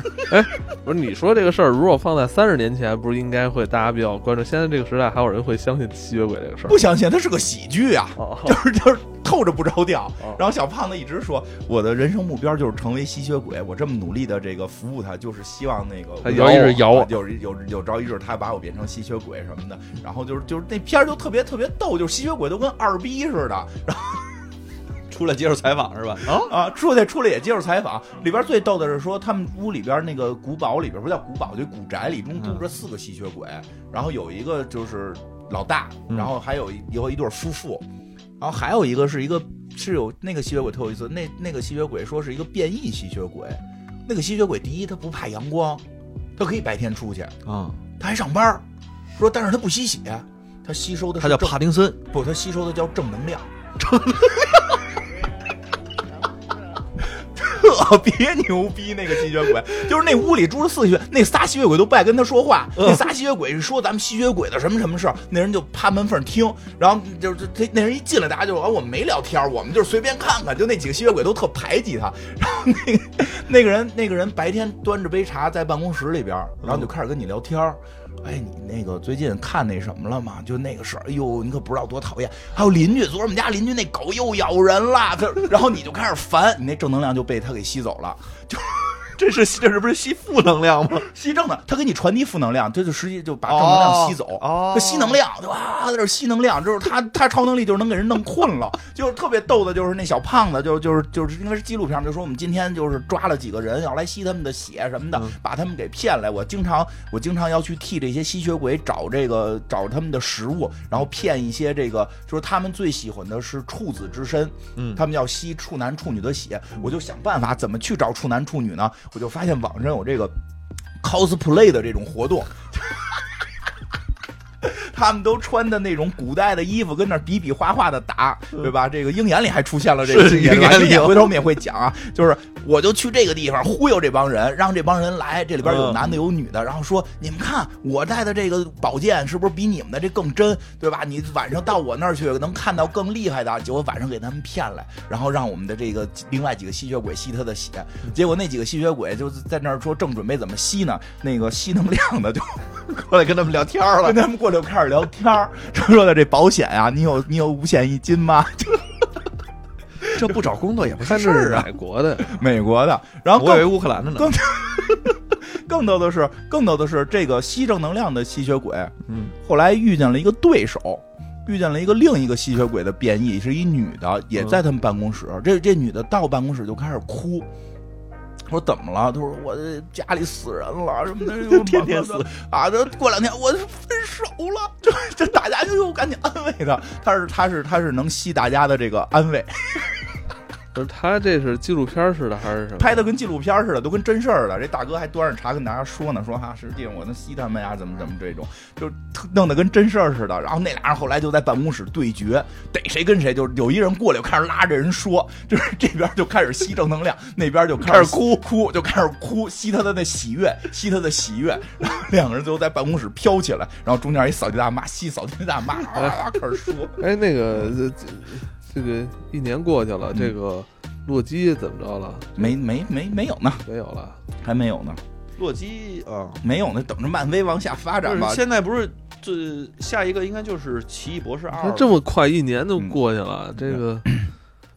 Speaker 3: 不是你说这个事儿，如果放在三十年前，不是应该会大家比较关注？现在这个时代，还有人会相信吸血鬼这个事儿？
Speaker 4: 不相信他是个喜剧啊，
Speaker 3: 哦
Speaker 4: 就是就是透着不着调
Speaker 3: 哦。
Speaker 4: 然后小胖子一直说，我的人生目标就是成为吸血鬼，我这么努力的这个服务他，就是希望那个
Speaker 3: 他有一日咬我
Speaker 4: 啊有有有朝一日他把我变成吸血鬼什么的。然后就是就是那片儿就特别特别逗，就是吸血鬼都跟二逼似的，
Speaker 6: 出来接受采访是吧？啊，
Speaker 4: 啊，出去出来也接受采访。里边最逗的是说，他们屋里边那个古堡里边不叫古堡，就古宅里中住着四个吸血鬼，然后有一个就是老大，然后还有一有一对夫妇，然后还有一个是一个是有那个吸血鬼特有意思，那那个吸血鬼说是一个变异吸血鬼，那个吸血鬼第一他不怕阳光，他可以白天出去，
Speaker 6: 啊，
Speaker 4: 他还上班儿，说但是他不吸血，他吸收的是
Speaker 6: 他叫
Speaker 4: 正
Speaker 6: 帕丁森，
Speaker 4: 不，他吸收的叫正能量。操，别牛逼那个吸血鬼，就是那屋里住了四吸血，那仨吸血鬼都不爱跟他说话，那仨吸血鬼是说咱们吸血鬼的什么什么事儿，那人就趴门缝听，然后就是这那人一进来，大家就说、啊我们没聊天，我们就是随便看看，就那几个吸血鬼都特排挤他，然后那个那个人那个人白天端着杯茶在办公室里边，然后就开始跟你聊天儿。哎，你那个最近看那什么了吗？就那个事儿，哎呦，你可不知道多讨厌。还有邻居，昨儿我们家邻居那狗又咬人了，可然后你就开始烦，你那正能量就被他给吸走了，就
Speaker 6: 这是这是不是吸负能量吗？
Speaker 4: 吸正的，他给你传递负能量，这就实际就把正能量吸走。
Speaker 6: 哦哦
Speaker 4: 这吸能量，对吧？在这吸能量，就是他他超能力就是能给人弄困了，就是特别逗的，就是那小胖子，就就是就是应该是纪录片，就说我们今天就是抓了几个人要来吸他们的血什么的，
Speaker 6: 嗯
Speaker 4: 把他们给骗来。我经常我经常要去替这些吸血鬼找这个找他们的食物，然后骗一些这个就是他们最喜欢的是处子之身，
Speaker 6: 嗯
Speaker 4: 他们要吸处男处女的血，我就想办法怎么去找处男处女呢？我就发现网上有这个 cosplay 的这种活动。他们都穿的那种古代的衣服，跟那儿比比划划的打，对吧？这个鹰眼里还出现了这个
Speaker 6: 嗯
Speaker 4: 情
Speaker 6: 是
Speaker 4: 节，对吧
Speaker 6: 鹰眼里
Speaker 4: 鹰眼
Speaker 6: 有
Speaker 4: 回头我们也会讲啊，就是我就去这个地方忽悠这帮人，让这帮人来，这里边有
Speaker 6: 嗯
Speaker 4: 男的有女的，然后说你们看我带的这个宝剑是不是比你们的这更真，对吧？你晚上到我那儿去能看到更厉害的，结果晚上给他们骗来，然后让我们的这个 另外几个吸血鬼吸他的血，结果那几个吸血鬼就是在那儿说正准备怎么吸呢，那个吸能量的就
Speaker 6: 过来跟他们聊天了
Speaker 4: 跟。他们过来就开始聊天儿，就说的这保险啊，你有你有五险一金吗？ 就
Speaker 6: 这不找工作也不
Speaker 3: 他
Speaker 6: 是事
Speaker 3: 是
Speaker 6: 儿啊！
Speaker 3: 哪国的呀？
Speaker 4: 美国的，然后
Speaker 6: 我以为
Speaker 4: 更
Speaker 6: 乌克兰的呢。
Speaker 4: 更更 逗的是，更逗的是这个吸正能量的吸血鬼，
Speaker 6: 嗯，
Speaker 4: 后来遇见了一个对手。遇见了一个另一个吸血鬼的变异，是一女的，也在他们办公室。这这女的到办公室就开始哭，我说怎么了？她说我这家里死人了什么的， 天天死啊！这过两天我分手了， 这这大家就又赶紧安慰她。她是她是她是能吸大家的这个安慰，
Speaker 3: 不是他这是纪录片似的还是什么？
Speaker 4: 拍的跟纪录片儿似的，都跟真事儿了。这大哥还端着茶跟大家说呢，说哈、实际上我能吸他们呀，怎么怎么这种，就特弄得跟真事儿似的。然后那俩人后来就在办公室对决，逮谁跟谁，就是有一人过来就开始拉着人说，就是 这边就开始吸正能量，那边就开始哭哭，就开始哭，吸他的那喜悦，吸他的喜悦。然后两个人就在办公室飘起来，然后中间一扫地大妈吸扫地大妈，啊啊开始说。
Speaker 3: 哎，那个这这这个一年过去了，
Speaker 4: 嗯
Speaker 3: 这个洛基怎么着了？
Speaker 4: 没没没没有呢，
Speaker 3: 没有了。
Speaker 4: 还没有呢，
Speaker 6: 洛基啊，
Speaker 4: 没有呢，等着漫威往下发
Speaker 6: 就
Speaker 4: 展吧
Speaker 6: 是。现在不是这下一个应该就是《奇异博士二嗯
Speaker 3: 那》这么快一年就过去了，这个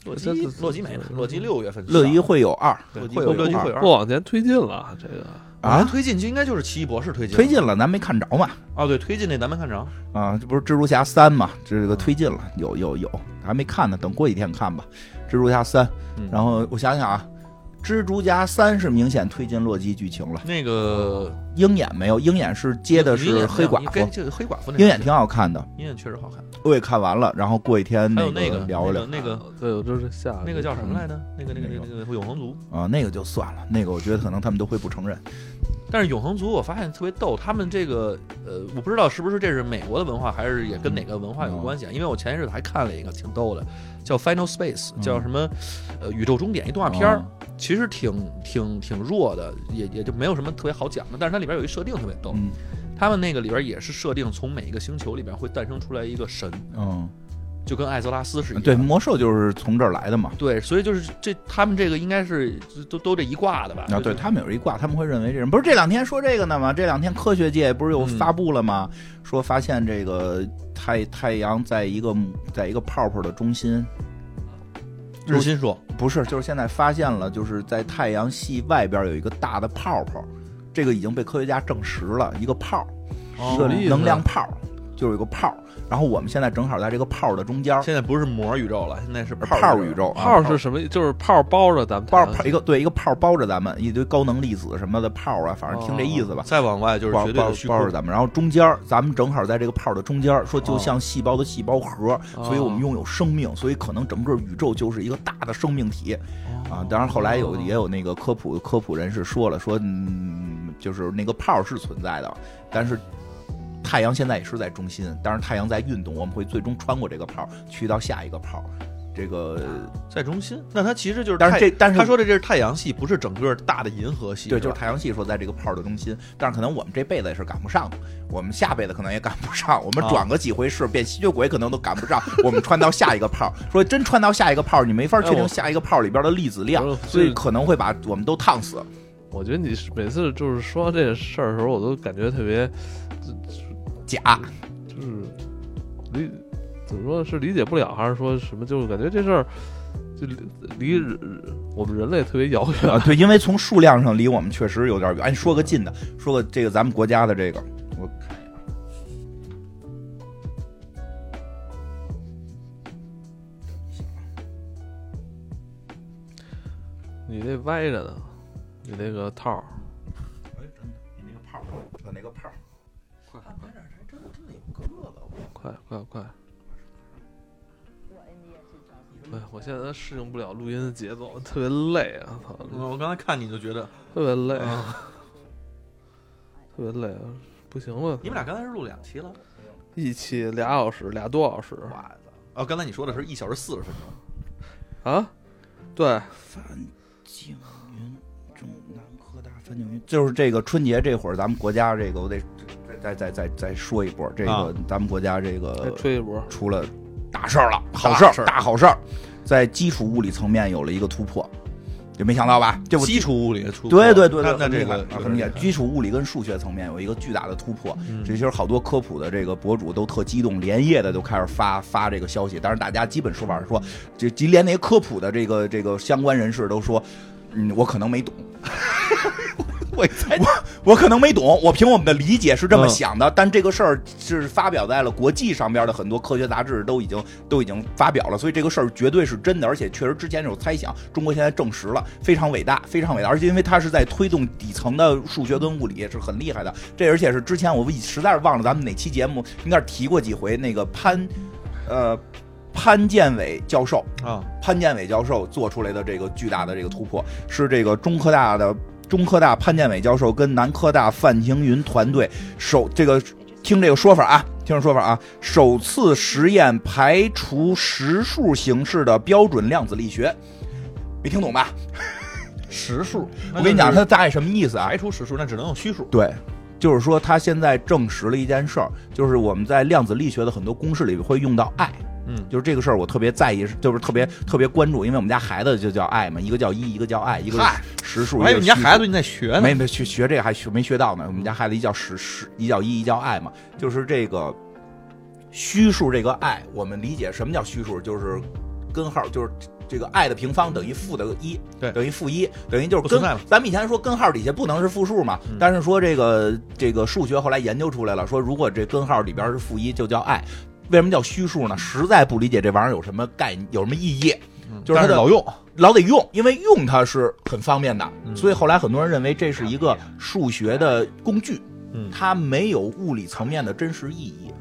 Speaker 6: 洛基
Speaker 3: 这这
Speaker 6: 洛基没了，洛基六月份上
Speaker 4: 乐一会有二，
Speaker 6: 洛基
Speaker 4: 会有
Speaker 6: 会有洛基
Speaker 4: 二
Speaker 6: 会啊有
Speaker 3: 不
Speaker 6: 二
Speaker 3: 往前推进了，这个
Speaker 6: 往前
Speaker 4: 啊，
Speaker 6: 推进就应该就是《奇异博士》推进
Speaker 4: 推进了，咱没看着嘛。
Speaker 6: 哦，对，推进那咱们看着
Speaker 4: 啊，这不是蜘蛛侠三嘛？这个推进了，有有有，还没看呢，等过几天看吧。蜘蛛侠三
Speaker 6: 嗯，
Speaker 4: 然后我想想啊，蜘蛛侠三是明显推进洛基剧情了。
Speaker 6: 那个
Speaker 4: 鹰眼没有，鹰眼是 接的
Speaker 6: 鹰
Speaker 4: 是
Speaker 6: 眼
Speaker 4: 黑寡
Speaker 6: 鹰眼
Speaker 4: 妇，
Speaker 6: 就是黑寡妇那
Speaker 4: 鹰眼挺好看的，
Speaker 6: 鹰眼确实好看，
Speaker 4: 我也看完了。然后过几天
Speaker 6: 还有那
Speaker 4: 个
Speaker 6: 个
Speaker 4: 聊一啊聊
Speaker 6: 那个
Speaker 3: 对，我啊就是下一个
Speaker 6: 那个叫什
Speaker 4: 嗯
Speaker 6: 么来着？那个那个那个那个永恒族，
Speaker 4: 啊，那个就算了，那个我觉得可能他们都会不承认。
Speaker 6: 但是永恒族我发现特别逗，他们这个呃，我不知道是不是这是美国的文化，还是也跟哪个文化有
Speaker 4: 嗯
Speaker 6: 关系啊？因为我前一阵子还看了一个挺逗的，叫《Final Space》，叫
Speaker 4: 嗯
Speaker 6: 什么呃宇宙终点一动画
Speaker 4: 哦
Speaker 6: 片儿，其实挺挺挺弱的，也也就没有什么特别好讲的，但是它里边有一设定特别逗，
Speaker 4: 嗯
Speaker 6: 他们那个里边也是设定从每一个星球里边会诞生出来一个神，
Speaker 4: 嗯，
Speaker 6: 就跟艾泽拉斯是一样的。
Speaker 4: 对，魔兽就是从这儿来的嘛。
Speaker 6: 对，所以就是这他们这个应该是都都这一挂的吧？
Speaker 4: 啊，
Speaker 6: 就
Speaker 4: 对
Speaker 6: 是
Speaker 4: 他们有一挂，他们会认为这人不是这两天说这个呢吗？这两天科学界不是又发布了吗？说发现这个太太阳在一个在一个泡泡的中心，
Speaker 6: 日心说，
Speaker 4: 不是，就是现在发现了，就是在太阳系外边有一个大的泡泡，这个已经被科学家证实了，一个泡，一个
Speaker 3: 什么意思
Speaker 4: 能量泡，就是有一个泡。然后我们现在正好在这个泡的中间，
Speaker 6: 现在不是膜宇宙了，现在是
Speaker 4: 泡
Speaker 6: 宇
Speaker 4: 宇
Speaker 6: 宙。
Speaker 4: 宙啊，
Speaker 3: 泡是什么？就是泡包着咱们
Speaker 4: 包
Speaker 3: 谈
Speaker 4: 泡一个对一个泡包着咱们一堆高能粒子什么的泡啊，反正听这意思吧。
Speaker 6: 再往外就是
Speaker 4: 包
Speaker 6: 绝对
Speaker 4: 包
Speaker 6: 的虚
Speaker 4: 包
Speaker 6: 空啊
Speaker 4: 着。咱们，然后中间儿咱们正好在这个泡的中间儿，说就像细胞的细胞核，
Speaker 3: 哦
Speaker 4: 所以我们拥有生命，所以可能整个宇宙就是一个大的生命
Speaker 6: 哦
Speaker 4: 体啊。当然后来有也有那个科普科普人士说了，说嗯，就是那个泡是存在的，但是。太阳现在也是在中心，但是太阳在运动，我们会最终穿过这个泡，去到下一个泡，这个
Speaker 6: 在中心，那它其实就是太，
Speaker 4: 但是这但是
Speaker 6: 他说的这是太阳系，不是整个大的银河系，
Speaker 4: 对，就是
Speaker 6: 吧
Speaker 4: 太阳系说在这个泡的中心，但是可能我们这辈子也是赶不上，我们下辈子可能也赶不上，我们
Speaker 6: 啊
Speaker 4: 转个几回世变吸血鬼可能都赶不上，我们穿到下一个泡，说真穿到下一个泡，你没法确
Speaker 3: 哎
Speaker 4: 定
Speaker 3: 我
Speaker 4: 下一个泡里边的粒子量
Speaker 3: 我，
Speaker 4: 所以
Speaker 3: 是
Speaker 4: 可能会把我们都烫死。
Speaker 3: 我觉得你是每次就是说这个事儿的时候，我都感觉特别 啊
Speaker 4: 假，
Speaker 3: 就是理怎么说是理解不了，还是说什么？就是感觉这事儿就离离人我们人类特别遥
Speaker 4: 啊，
Speaker 3: 远。
Speaker 4: 对，因为从数量上离我们确实有点远。哎，说个近的，说个这个咱们国家的这个，我看一下。
Speaker 3: 你那歪着呢，你那个套儿
Speaker 4: 你那个泡，我呃那个泡，
Speaker 3: 快快快！哎，我现在适应不了录音的节奏，特别累啊！操，
Speaker 6: 我我刚才看你就觉得，
Speaker 3: 特别累，啊， 特别累啊！不行了，
Speaker 6: 你们俩刚才是录两期了，
Speaker 3: 一期俩小时，俩多小时
Speaker 6: 哇塞！哦，刚才你说的是一小时四十分钟，
Speaker 3: 啊？对，
Speaker 4: 范景云，中南科大范景云，就是这个春节这会儿，咱们国家这个我得再再再再说一波，这个、
Speaker 6: 啊
Speaker 4: 咱们国家这
Speaker 3: 再
Speaker 4: 个
Speaker 3: 吹一波。
Speaker 4: 出了大事儿了，好事
Speaker 6: 大事
Speaker 4: 儿，
Speaker 6: 儿
Speaker 4: 大好事儿，在基础物理层面有了一个突破，就没想到吧？这我
Speaker 6: 基础物理的出
Speaker 4: 对对对对，
Speaker 6: 那那
Speaker 4: 很厉
Speaker 6: 这
Speaker 4: 害
Speaker 6: 个
Speaker 4: 啊很厉害。
Speaker 6: 这个
Speaker 4: 基础物理跟数学层面有一个巨大的突破，
Speaker 6: 嗯
Speaker 4: 这其实好多科普的这个博主都特激动，连夜的就开始发发这个消息。当然，大家基本说法是说，就即连那些科普的这个这个相关人士都说，嗯，我可能没 懂。 我我我可能没懂，我凭我们的理解是这么
Speaker 6: 嗯
Speaker 4: 想的，但这个事儿是发表在了国际上边的很多科学杂志都已经都已经发表了，所以这个事儿绝对是真的，而且确实之前有猜想，中国现在证实了，非常伟大，非常伟大，而且因为它是在推动底层的数学跟物理是很厉害的，这而且是之前我一实在是忘了咱们哪期节目应该是提过几回，那个潘，呃，潘建伟教授，
Speaker 6: 啊，
Speaker 4: 潘建伟教授做出来的这个巨大的这个突破，是这个中科大的中科大潘建伟教授跟南科大范晴云团队首这个听这个说法啊，听这说法啊，首次实验排除实数形式的标准量子力学，没听懂吧？
Speaker 6: 实数，
Speaker 4: 我跟你讲，它大概什么意思啊？
Speaker 6: 排除实数，那只能用虚数。
Speaker 4: 对，就是说他现在证实了一件事儿，就是我们在量子力学的很多公式里会用到爱。
Speaker 6: 嗯
Speaker 4: 就是这个事儿，我特别在意，就是特别特别关注，因为我们家孩子就叫爱嘛，一个叫一，一个叫爱，一个
Speaker 6: 嗨
Speaker 4: 是实数。
Speaker 6: 我还以为你家孩
Speaker 4: 子
Speaker 6: 子你在学呢，
Speaker 4: 没没去学这个还学没学到呢，我们家孩子一叫十十，一叫一，一叫爱嘛，就是这个虚数这个爱，我们理解什么叫虚数，就是根号，就是这个爱的平方等于负的一，
Speaker 6: 对
Speaker 4: 等于负一，等于就是
Speaker 6: 不
Speaker 4: 根
Speaker 6: 存在了。
Speaker 4: 咱们以前说根号底下不能是负数嘛，
Speaker 6: 嗯
Speaker 4: 但是说这个这个数学后来研究出来了，说如果这根号里边是负一，就叫爱。为什么叫虚数呢？实在不理解这玩意儿有什么概有什么意义，
Speaker 6: 嗯
Speaker 4: 就是它
Speaker 6: 但
Speaker 4: 的
Speaker 6: 老用，
Speaker 4: 老得用，因为用它是很方便的，
Speaker 6: 嗯
Speaker 4: 所以后来很多人认为这是一个数学的工具，
Speaker 6: 嗯
Speaker 4: 它没有物理层面的真实意义。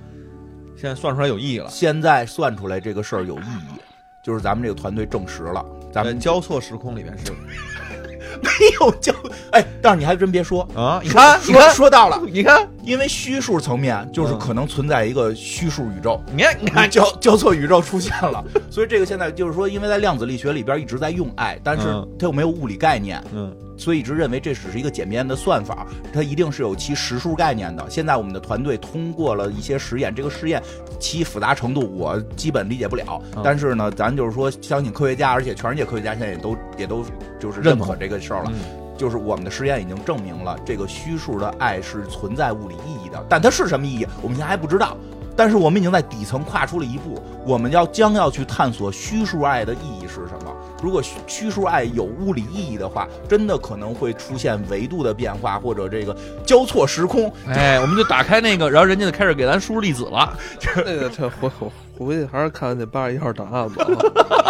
Speaker 6: 现在算出来有意义了。
Speaker 4: 现在算出来这个事儿有意义，就是咱们这个团队证实了，咱
Speaker 6: 在
Speaker 4: 们
Speaker 6: 呃交错时空里面是
Speaker 4: 没有就哎，但是你还真别说，
Speaker 6: 啊，你
Speaker 4: 说
Speaker 6: 看，你
Speaker 4: 说
Speaker 6: 看，
Speaker 4: 说到了，
Speaker 6: 你看，
Speaker 4: 因为虚数层面就是
Speaker 6: 嗯
Speaker 4: 可能存在一个虚数宇宙，
Speaker 6: 你看，你看，
Speaker 4: 交交错宇宙出现了，所以这个现在就是说，因为在量子力学里边一直在用爱，但是
Speaker 6: 嗯
Speaker 4: 它又没有物理概念，
Speaker 6: 嗯，
Speaker 4: 所以一直认为这只是一个简便的算法，它一定是有其实数概念的。现在我们的团队通过了一些实验，这个实验其复杂程度我基本理解不了，
Speaker 6: 嗯
Speaker 4: 但是呢，咱就是说相信科学家，而且全世界科学家现在也都也都就是认可嗯这个事儿了。就是我们的实验已经证明了，这个虚数的爱是存在物理意义的，但它是什么意义，我们现在还不知道。但是我们已经在底层跨出了一步，我们要将要去探索虚数爱的意义是什么。如果虚虚数爱有物理意义的话，真的可能会出现维度的变化，或者这个交错时空。
Speaker 6: 哎，我们就打开那个，然后人家就开始给咱输入粒子了。
Speaker 3: 那个 这回我回去还是看看那八十一号档案吧。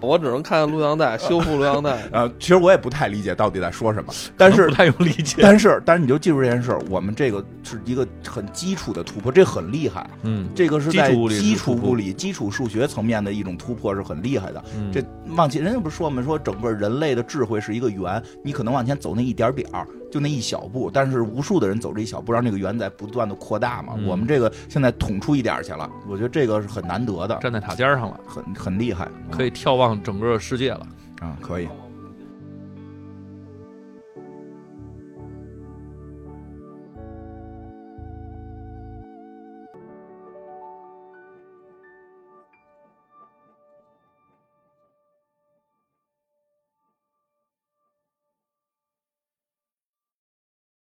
Speaker 3: 我只能看看录像带，修复录像带。
Speaker 4: 呃，其实我也不太理解到底在说什么，但是
Speaker 6: 不太有理解。
Speaker 4: 但是但是你就记住这件事儿，我们这个是一个很基础的突破，这很厉害。
Speaker 6: 嗯，
Speaker 4: 这个是在
Speaker 6: 基础物理是
Speaker 4: 基础
Speaker 6: 突破
Speaker 4: 物理、基础数学层面的一种突破，是很厉害的。
Speaker 6: 嗯
Speaker 4: 这往前，人家不是说我们说整个人类的智慧是一个圆，你可能往前走那一点儿点儿，就那一小步，但是无数的人走这一小步，让这个园在不断的扩大嘛。
Speaker 6: 嗯
Speaker 4: 我们这个现在捅出一点儿去了，我觉得这个是很难得的，
Speaker 6: 站在塔尖上了，
Speaker 4: 很很厉害，嗯
Speaker 6: 可以眺望整个世界了。
Speaker 4: 啊，可以。